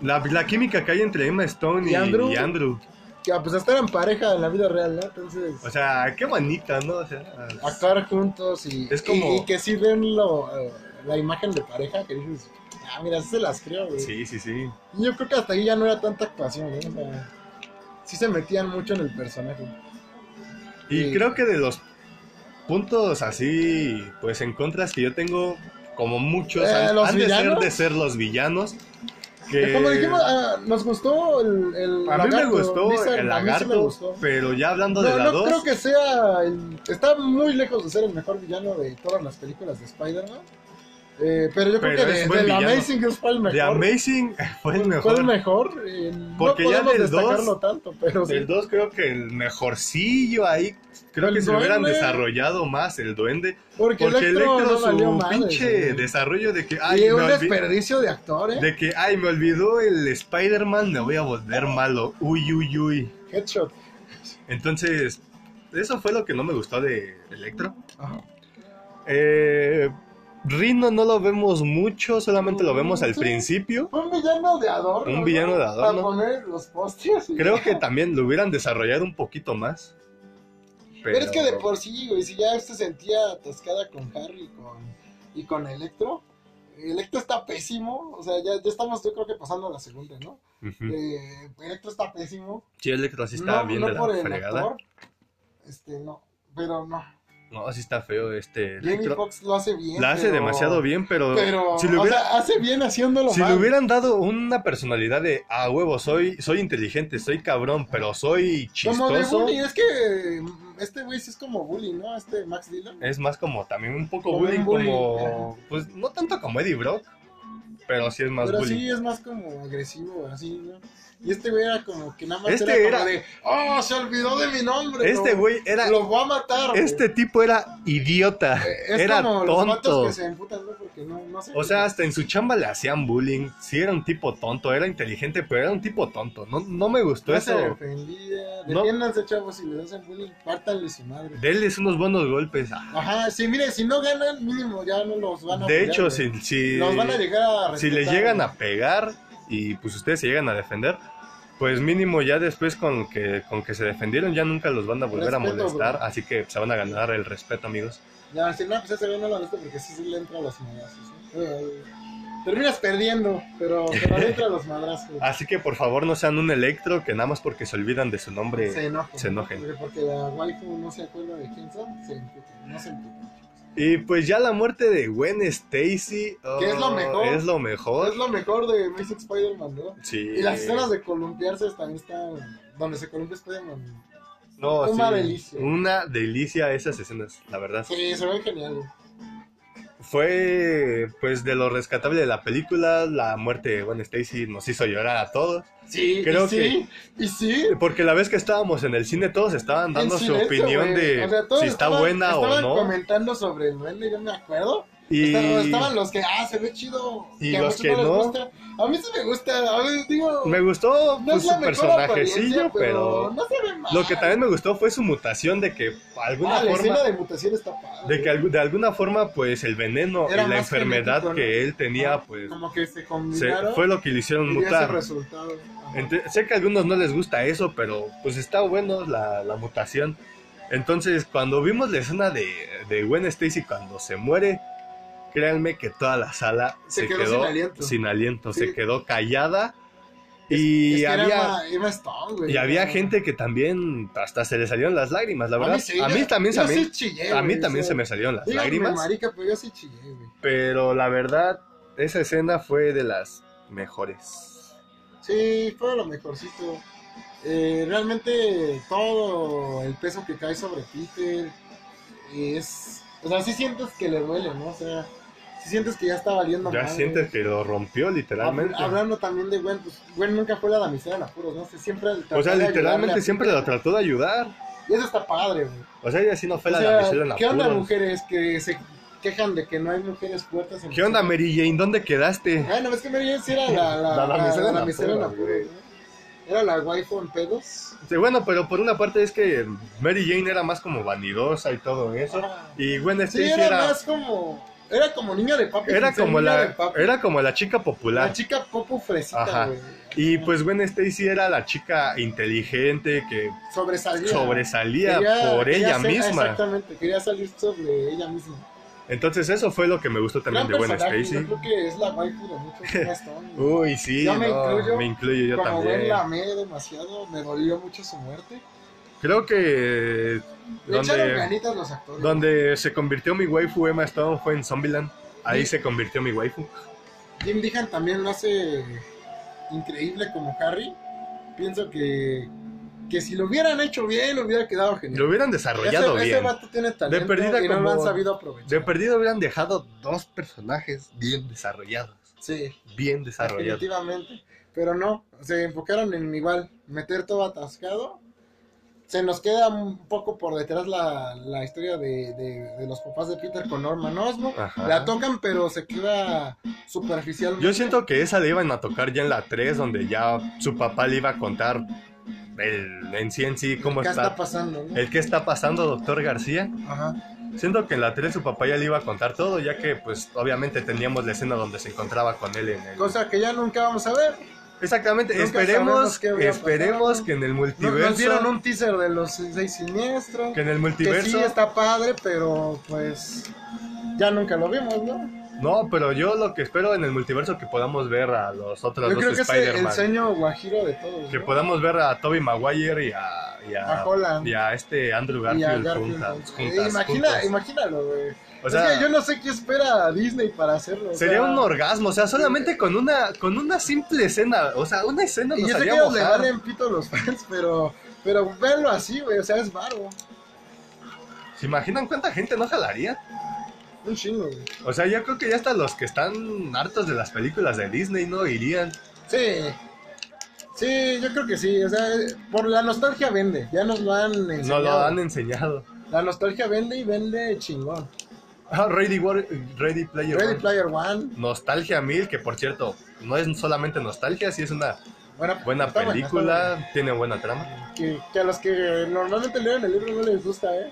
La, la química que hay entre Emma Stone y, ¿Y Andrew? y Andrew. que ah, pues hasta eran pareja en la vida real, ¿no? Entonces, O sea, qué bonita, ¿no? O sea, actuar juntos y, Es como- y, y que sí ven lo, eh, la imagen de pareja que dices, ah, mira, sí se las creo, güey. sí, sí, sí. Y yo creo que hasta ahí ya no era tanta actuación, ¿eh? O sea, sí se metían mucho en el personaje. Y Sí. creo que de los puntos así, pues en contras que yo tengo como muchos Eh, han, ¿los han de, ser, villanos? de ser los villanos. Que Como dijimos, ah, nos gustó el, el a mí me lagarto, gustó Lizard, el a mí sí lagarto, me gustó. pero ya hablando de No, la no 2, creo que sea. el- está muy lejos de ser el mejor villano de todas las películas de Spider-Man. Eh, pero yo Pero creo que es de, buen del villano. Amazing Us fue el mejor. The Amazing fue el Fue el mejor. mejor. eh, Porque no ya podemos del destacarlo dos- tanto, pero sí. El 2 creo que el mejorcillo ahí, creo El que se lo hubieran duende. desarrollado más el duende. Porque, Porque Electro, no valió su madre, pinche güey. desarrollo de que, Y ay, me un olvi- desperdicio de actor, ¿eh? de que, ay, me olvidó el Spider-Man, me voy a volver malo. Uy, uy, uy. Headshot. Entonces, eso fue lo que no me gustó de Electro. Ajá. Eh, Rino no lo vemos mucho, solamente lo vemos al Sí. principio. Fue un villano de adorno. Un villano de adorno. Para poner los postes. Creo que también lo hubieran desarrollado un poquito más. Pero es que de por sí, güey, si ya se sentía atascada con Harry y con, y con Electro, Electro está pésimo, o sea, ya, ya estamos yo creo que pasando a la segunda, ¿no? Ujú. Eh, Electro está pésimo, Sí, Electro Mm. sí está no, bien no de por la el fregada. actor, este, no, pero no, No, sí está feo este Jamie Electro. Foxx lo hace bien. La hace pero- demasiado bien, pero, Pero, si, le, o hubiera- sea, hace bien haciéndolo si le mal. hubieran dado una personalidad de, ah, huevo, soy, soy inteligente, soy cabrón, pero soy Como de chistoso, bullying, es que mm, este güey sí es como bullying, ¿no? Este Max Dillon. es más como también un poco Como bullying, un bullying, como, pues no tanto como Eddie Brock, pero sí es más Pero bullying. sí es más como agresivo, así, ¿no? Y este güey era como que nada más Este era- era, como de, oh, se olvidó de mi nombre. este lo- güey era, Lo voy a matar. güey". este tipo era idiota, Eh, es era como los tonto. vatos que se emputan, ¿no? Porque no, no sé. O sea, hasta en su chamba le hacían bullying. Sí, era un tipo tonto, era inteligente, pero era un tipo tonto. No, no me gustó no eso. se defendía. No. Defiéndanse, chavos, si les hacen bullying, pártanle su madre. Denles unos buenos golpes. Ah, Ajá, sí, mire, si no ganan, mínimo ya no los van a De apoyar, hecho, güey. si, si, Los van a llegar a si les respetar, llegan güey. a pegar y pues ustedes se llegan a defender, pues mínimo ya después con que, con que se defendieron ya nunca los van a volver a Respeto, molestar. bro. Así que se van a ganar el respeto, amigos. Ya, si no, pues ese güey no lo han visto porque sí, sí le entra a los madrazos. ¿no? Eh, Terminas perdiendo, pero, pero le entra a los madrazos. Así que por favor no sean un electro que nada más porque se olvidan de su nombre. se enojen. se enojen. Porque, porque la waifu no se acuerda de quién son, se emputan, no se emputan. chicos. Y pues ya la muerte de Gwen Stacy. oh, Que es lo mejor. Es lo mejor. Es lo mejor de Amazing Spider-Man, ¿no? Sí. Y las escenas de columpiarse también están... Donde se columpia Spider-Man. No, Una sí, delicia. Una delicia esas escenas, la verdad. Sí, se ven geniales. Fue, pues, de lo rescatable de la película. La muerte de Gwen Stacy nos hizo llorar a todos. Sí, Creo y sí, y sí. Porque la vez que estábamos en el cine, todos estaban dando en su silencio, opinión güey. de O sea, todos si está estaban- buena o estaban no. comentando sobre el duende, yo me acuerdo. Y Estaban- Estaban los que, ah, se ve chido. Y a los muchos que les no. gusta. A mí sí me gusta. A ver, digo, me gustó no pues, es la su mejor personajecillo, apariencia, pero. No se ve mal. Lo que también me gustó fue su mutación de que, alguna Ah, la forma. escena de mutación está padre. De que algu- de alguna forma, pues, el veneno Era y la más enfermedad genético, ¿no? que él tenía, Ah, pues, Como que se se- combinaron. fue lo que le hicieron y dio ese mutar. resultado. Ajá. Ente- sé que a algunos no les gusta eso, pero pues está bueno la, la mutación. Entonces, cuando vimos la escena de, de Gwen Stacy cuando se muere, créanme que toda la sala se, Se quedó, quedó sin aliento. sin aliento, Sí. se quedó callada. Es- Y es que era había, Emma- Emma Stone, güey. y había Era- gente que también hasta se le salieron las lágrimas, la A verdad. mí sí, a mí yo- también, se yo me- sí chillé, a mí güey, también o sea, se me salieron las díganme, lágrimas. marica, pero yo sí chillé, güey. Pero la verdad, esa escena fue de las mejores. Sí, fue lo mejorcito. Eh, realmente todo el peso que cae sobre Peter es... O sea, sí sientes que le duele, ¿no? O sea, sí sientes que ya está valiendo ya madre. sientes que lo rompió literalmente. Hab- Hablando también de Gwen, pues Gwen nunca fue la damisela en apuros, ¿no? O sea, siempre trató O sea, de ayudarle literalmente a siempre Peter. lo trató de ayudar. Y eso está padre, güey. O sea, ella sí no fue O la sea, damisela en ¿Qué onda, apuros. mujeres que se quejan de que no hay mujeres puertas en ¿Qué onda, Mary Jane? ¿Dónde quedaste? Ah, no, es que Mary Jane sí era la, la, La la, damisela la en damisela en apuros, apuros, güey. ¿no? Era la waifu en pedos. Sí, bueno, pero por una parte es que Mary Jane era más como vanidosa y todo eso. Ajá. Y Gwen Sí, Stacy era, era, más como. Era como niña de papi. era sin ser como niña la de papi. era como la chica popular. La chica popo Ajá. fresita, güey. Y pues Gwen Stacy era la chica inteligente que Sobresalía. sobresalía Quería- por quería ella ser- misma. Exactamente, quería salir sobre ella misma. Entonces eso fue lo que me gustó también de Gran Gwen personaje, Stacy. Yo creo que es la waifu de muchos Emma Stone, güey. Uy, sí, Yo me no, incluyo me incluyo yo Como también. Gwen la amé demasiado, me dolió mucho su muerte. Creo que Le echaron donde, ganitas los actores. donde se convirtió mi waifu Emma Stone fue en Zombieland. Ahí se convirtió mi waifu. Jim Dijan también lo hace increíble como Harry. Pienso que, que si lo hubieran hecho bien, hubiera quedado genial. Lo hubieran desarrollado ese, ese bien. vato tiene talento perdida y no lo como- han sabido De aprovechar. perdido hubieran dejado dos personajes bien desarrollados. sí, Bien desarrollados. definitivamente. Pero no, se enfocaron en igual, meter todo atascado. Se nos queda un poco por detrás la, la historia de, de- de los papás de Peter con Norman Osmo. Ajá. La tocan, pero se queda superficial. Yo siento que esa le iban a tocar ya en la 3, donde ya su papá le iba a contar el, en sí en sí cómo ¿Qué está está. pasando? ¿no? El qué está pasando, doctor García. Ajá. Siento que en la 3 su papá ya le iba a contar todo, ya que pues obviamente teníamos la escena donde se encontraba con él en el... Cosa que ya nunca vamos a ver. Exactamente, Nunca esperemos, sabremos qué hubiera esperemos pasado. que en el No- multiverso... Nos dieron un teaser de los seis siniestros. Que en el Que multiverso... sí está padre, pero pues ya nunca lo vimos, ¿no? No, pero yo lo que espero en el multiverso que podamos ver a los otros Yo dos creo que es el- el Spider-Man. sueño guajiro de todos. Que ¿no? podamos ver a Toby Maguire y a... Y a... A Holland. y a este Andrew Y a Garfield, Garfield, juntas, entonces. juntas, Eh, imagina, juntos. imagínalo, güey. O sea, es que yo no sé qué espera a Disney para hacerlo. o sería sea, un orgasmo, o sea, solamente con una con una simple escena, o sea, una escena Y nos yo sé que haría ellos le mojar. valen pito a los fans, pero, pero verlo así, güey, o sea, es varo. ¿Se imaginan cuánta gente no jalaría? Un chingo, güey. O sea, yo creo que ya hasta los que están hartos de las películas de Disney no irían. Sí. Sí, yo creo que sí. O sea, eh, por la nostalgia vende. Ya nos lo han No enseñado. lo han enseñado. La nostalgia vende y vende chingón. Ah, Ready, War- Ready Player Ready One. Player One. Nostalgia Mil, que por cierto, no es solamente nostalgia, sí es una Buena, buena está buena, película, está tiene buena trama. buena. Que, que a los que normalmente leen el libro no les gusta, ¿eh?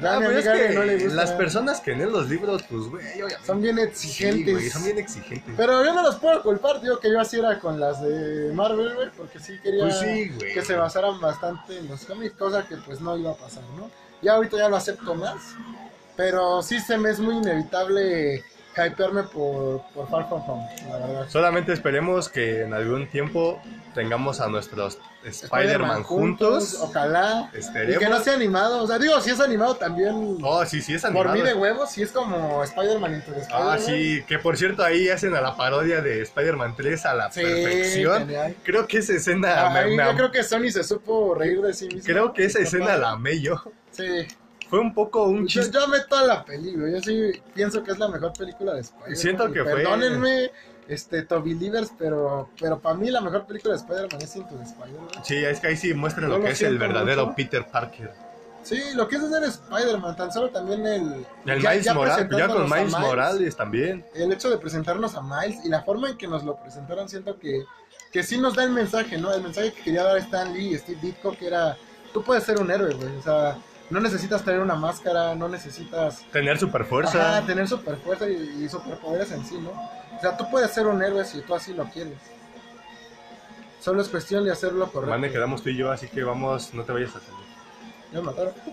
Ya Ah, a mi pero es amiga que no le gusta. las personas que leen los libros, pues, güey, obviamente. Son bien Sí, exigentes. güey, son bien exigentes. Pero yo no los puedo culpar, digo que yo así era con las de Marvel, güey, porque sí quería Pues sí, güey. que se basaran bastante en los cómics, cosa que pues no iba a pasar, ¿no? Ya ahorita ya lo acepto más, pero sí se me es muy inevitable hypearme por, por Far From Home, la verdad. Solamente esperemos que en algún tiempo tengamos a nuestros Spider-Man juntos. Ojalá. Y Esperemos. que no sea animado, o sea, digo, si es animado también, Oh, sí, sí, es por mí de animado. huevos, si es como Spider-Man Into the Ah, Spider-Man. sí, que por cierto ahí hacen a la parodia de Spider-Man 3 a la Sí, perfección. genial. Creo que esa escena Ah, me- Ahí me- yo creo que Sony se supo reír de sí mismo. creo que esa Está escena padre. la amé yo. Sí. Fue un poco un Yo, chiste. yo amé toda la película, yo sí pienso que es la mejor película de Spider-Man. Siento que y fue- Perdónenme, este, Toby Livers, pero, pero para mí la mejor película de Spider-Man es Into the Spider-Man. Sí, es que ahí sí muestra Yo lo lo que es el siento verdadero mucho. Peter Parker. Sí, lo que es hacer Spider-Man, tan solo también el... El Miles Morales, ya con presentándonos a Miles Morales también. El hecho de presentarnos a Miles y la forma en que nos lo presentaron, siento que, que sí nos da el mensaje, ¿no? El mensaje que quería dar Stan Lee y Steve Ditko, que era, tú puedes ser un héroe, güey, o sea, no necesitas tener una máscara, no necesitas Tener super Ajá, fuerza. tener super fuerza y, y superpoderes en sí, ¿no? O sea, tú puedes ser un héroe si tú así lo quieres. Solo es cuestión de hacerlo correcto. Mane, quedamos tú y yo, así que vamos, no te vayas a salir. Ya me mataron.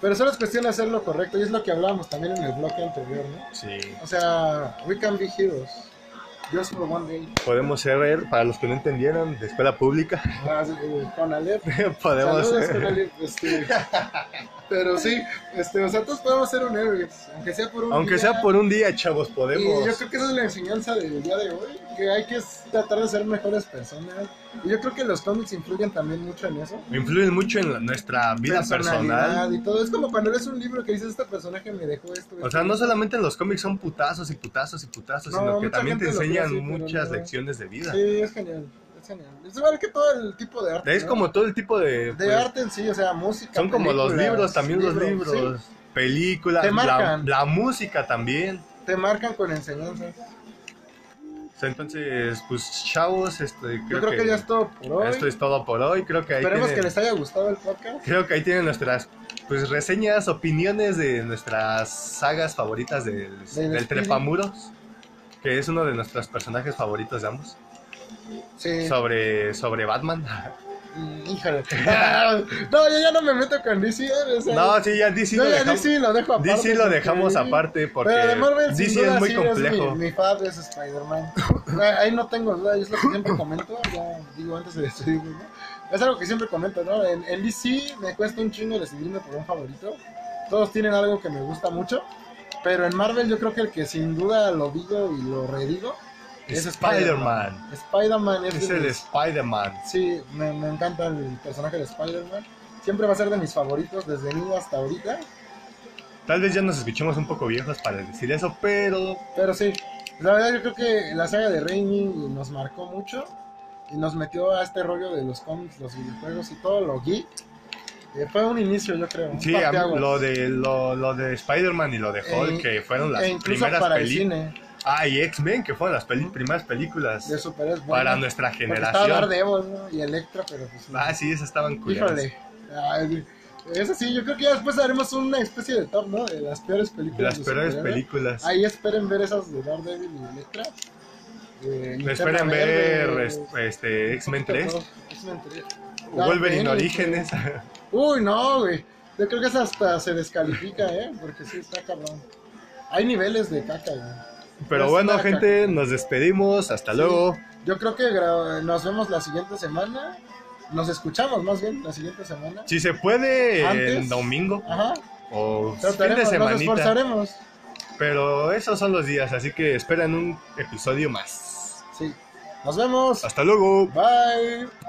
Pero solo es cuestión de hacerlo correcto y es lo que hablábamos también en el bloque anterior, ¿no? Sí. O sea, we can be heroes. Just for one day. Podemos ser, para los que no entendieron, de escuela pública. Ah, sí, eh, Con Aleph. Podemos Saludos, ser. con Aleph, este. Pero sí, este, o sea, todos podemos ser un héroe, aunque sea por un Aunque día. sea por un día, chavos, podemos. Y yo creo que esa es la enseñanza del día de hoy, que hay que s- tratar de ser mejores personas. Y yo creo que los cómics influyen también mucho en eso. Influyen mucho en la- nuestra vida personal. Personalidad y todo. Es como cuando lees un libro que dices, este personaje me dejó esto. O sea, no solamente en los cómics son putazos y putazos y putazos, No, sino que mucha también te gente lo enseñan cree así, pero muchas no. lecciones de vida. Sí, es genial, es genial. Es igual que todo el tipo de arte. Es ¿no? como todo el tipo de... De pues, arte en sí, o sea, música. son como los películas, libros, también los sí. libros. Películas, Te la, marcan. la música también. te marcan con enseñanzas. O sea, entonces, pues chavos, este, creo, Yo creo que, ya es todo por hoy. esto es todo por hoy. Creo que ahí Esperemos que tienen- les haya gustado el podcast. Creo que ahí tienen nuestras pues reseñas, opiniones de nuestras sagas favoritas del, del, Speedy. Trepamuros, que es uno de nuestros personajes favoritos de ambos, Sí. sobre, sobre Batman. Mm, Híjole. no, yo ya no me meto con DC. o sea, No, sí, ya DC, No, lo, ya dejamos, DC lo dejo aparte. DC lo dejamos porque- aparte porque Pero de Marvel, sin DC duda, es muy sí complejo. mi, mi fav es Spider-Man. No, Ahí no tengo duda, y es lo que siempre comento. Ya digo antes de decidirme, ¿no? Es algo que siempre comento, ¿no? En, en DC me cuesta un chingo decidirme por un favorito. Todos tienen algo que me gusta mucho. Pero en Marvel yo creo que el que sin duda lo digo y lo redigo es Spider-Man. Spider-Man. Spider-Man es, Es de el mis- Spider-Man. Sí, me, me encanta el personaje de Spider-Man. Siempre va a ser de mis favoritos desde niño hasta ahorita. Tal vez ya nos escuchemos un poco viejos para decir eso, pero Pero sí, la verdad yo creo que la saga de Raimi nos marcó mucho y nos metió a este rollo de los cómics, los videojuegos y todo lo geek. Eh, fue un inicio, yo creo. un sí, a mí parteaguas. lo de, lo, lo de Spider-Man y lo de Hulk, E- que fueron las e incluso primeras para el películas. cine Ah, y X-Men, que fueron las peli- Ujú. primeras películas de superhéroes. bueno, para nuestra porque Estaba generación. Daredevil ¿no? y Electra, pero pues. no. Ah, sí, esas estaban culeras. Híjole. Ay, eso sí, yo creo que ya después haremos una especie de top, ¿no? De las peores películas. De las de peores superhéroes. películas. Ahí esperen ver esas de Daredevil y Electra. Eh, Me Linterna esperan ver Verde, es- este, X-Men 3, X-Men 3. Dark Wolverine Phoenix, Orígenes. Uy, no, güey. Yo creo que esa hasta se descalifica, ¿eh? Porque sí, está cabrón. Hay niveles de caca, güey. Pero Es bueno, una gente, caca. nos despedimos. Hasta Pues Sí. luego. Yo creo que gra- nos vemos la siguiente semana. Nos escuchamos más bien la siguiente semana. Si se puede, Antes. en domingo Ajá. o fin de Trataremos, nos semanita. esforzaremos. Pero esos son los días, así que esperan un episodio más. Sí. Nos vemos. Hasta luego. Bye.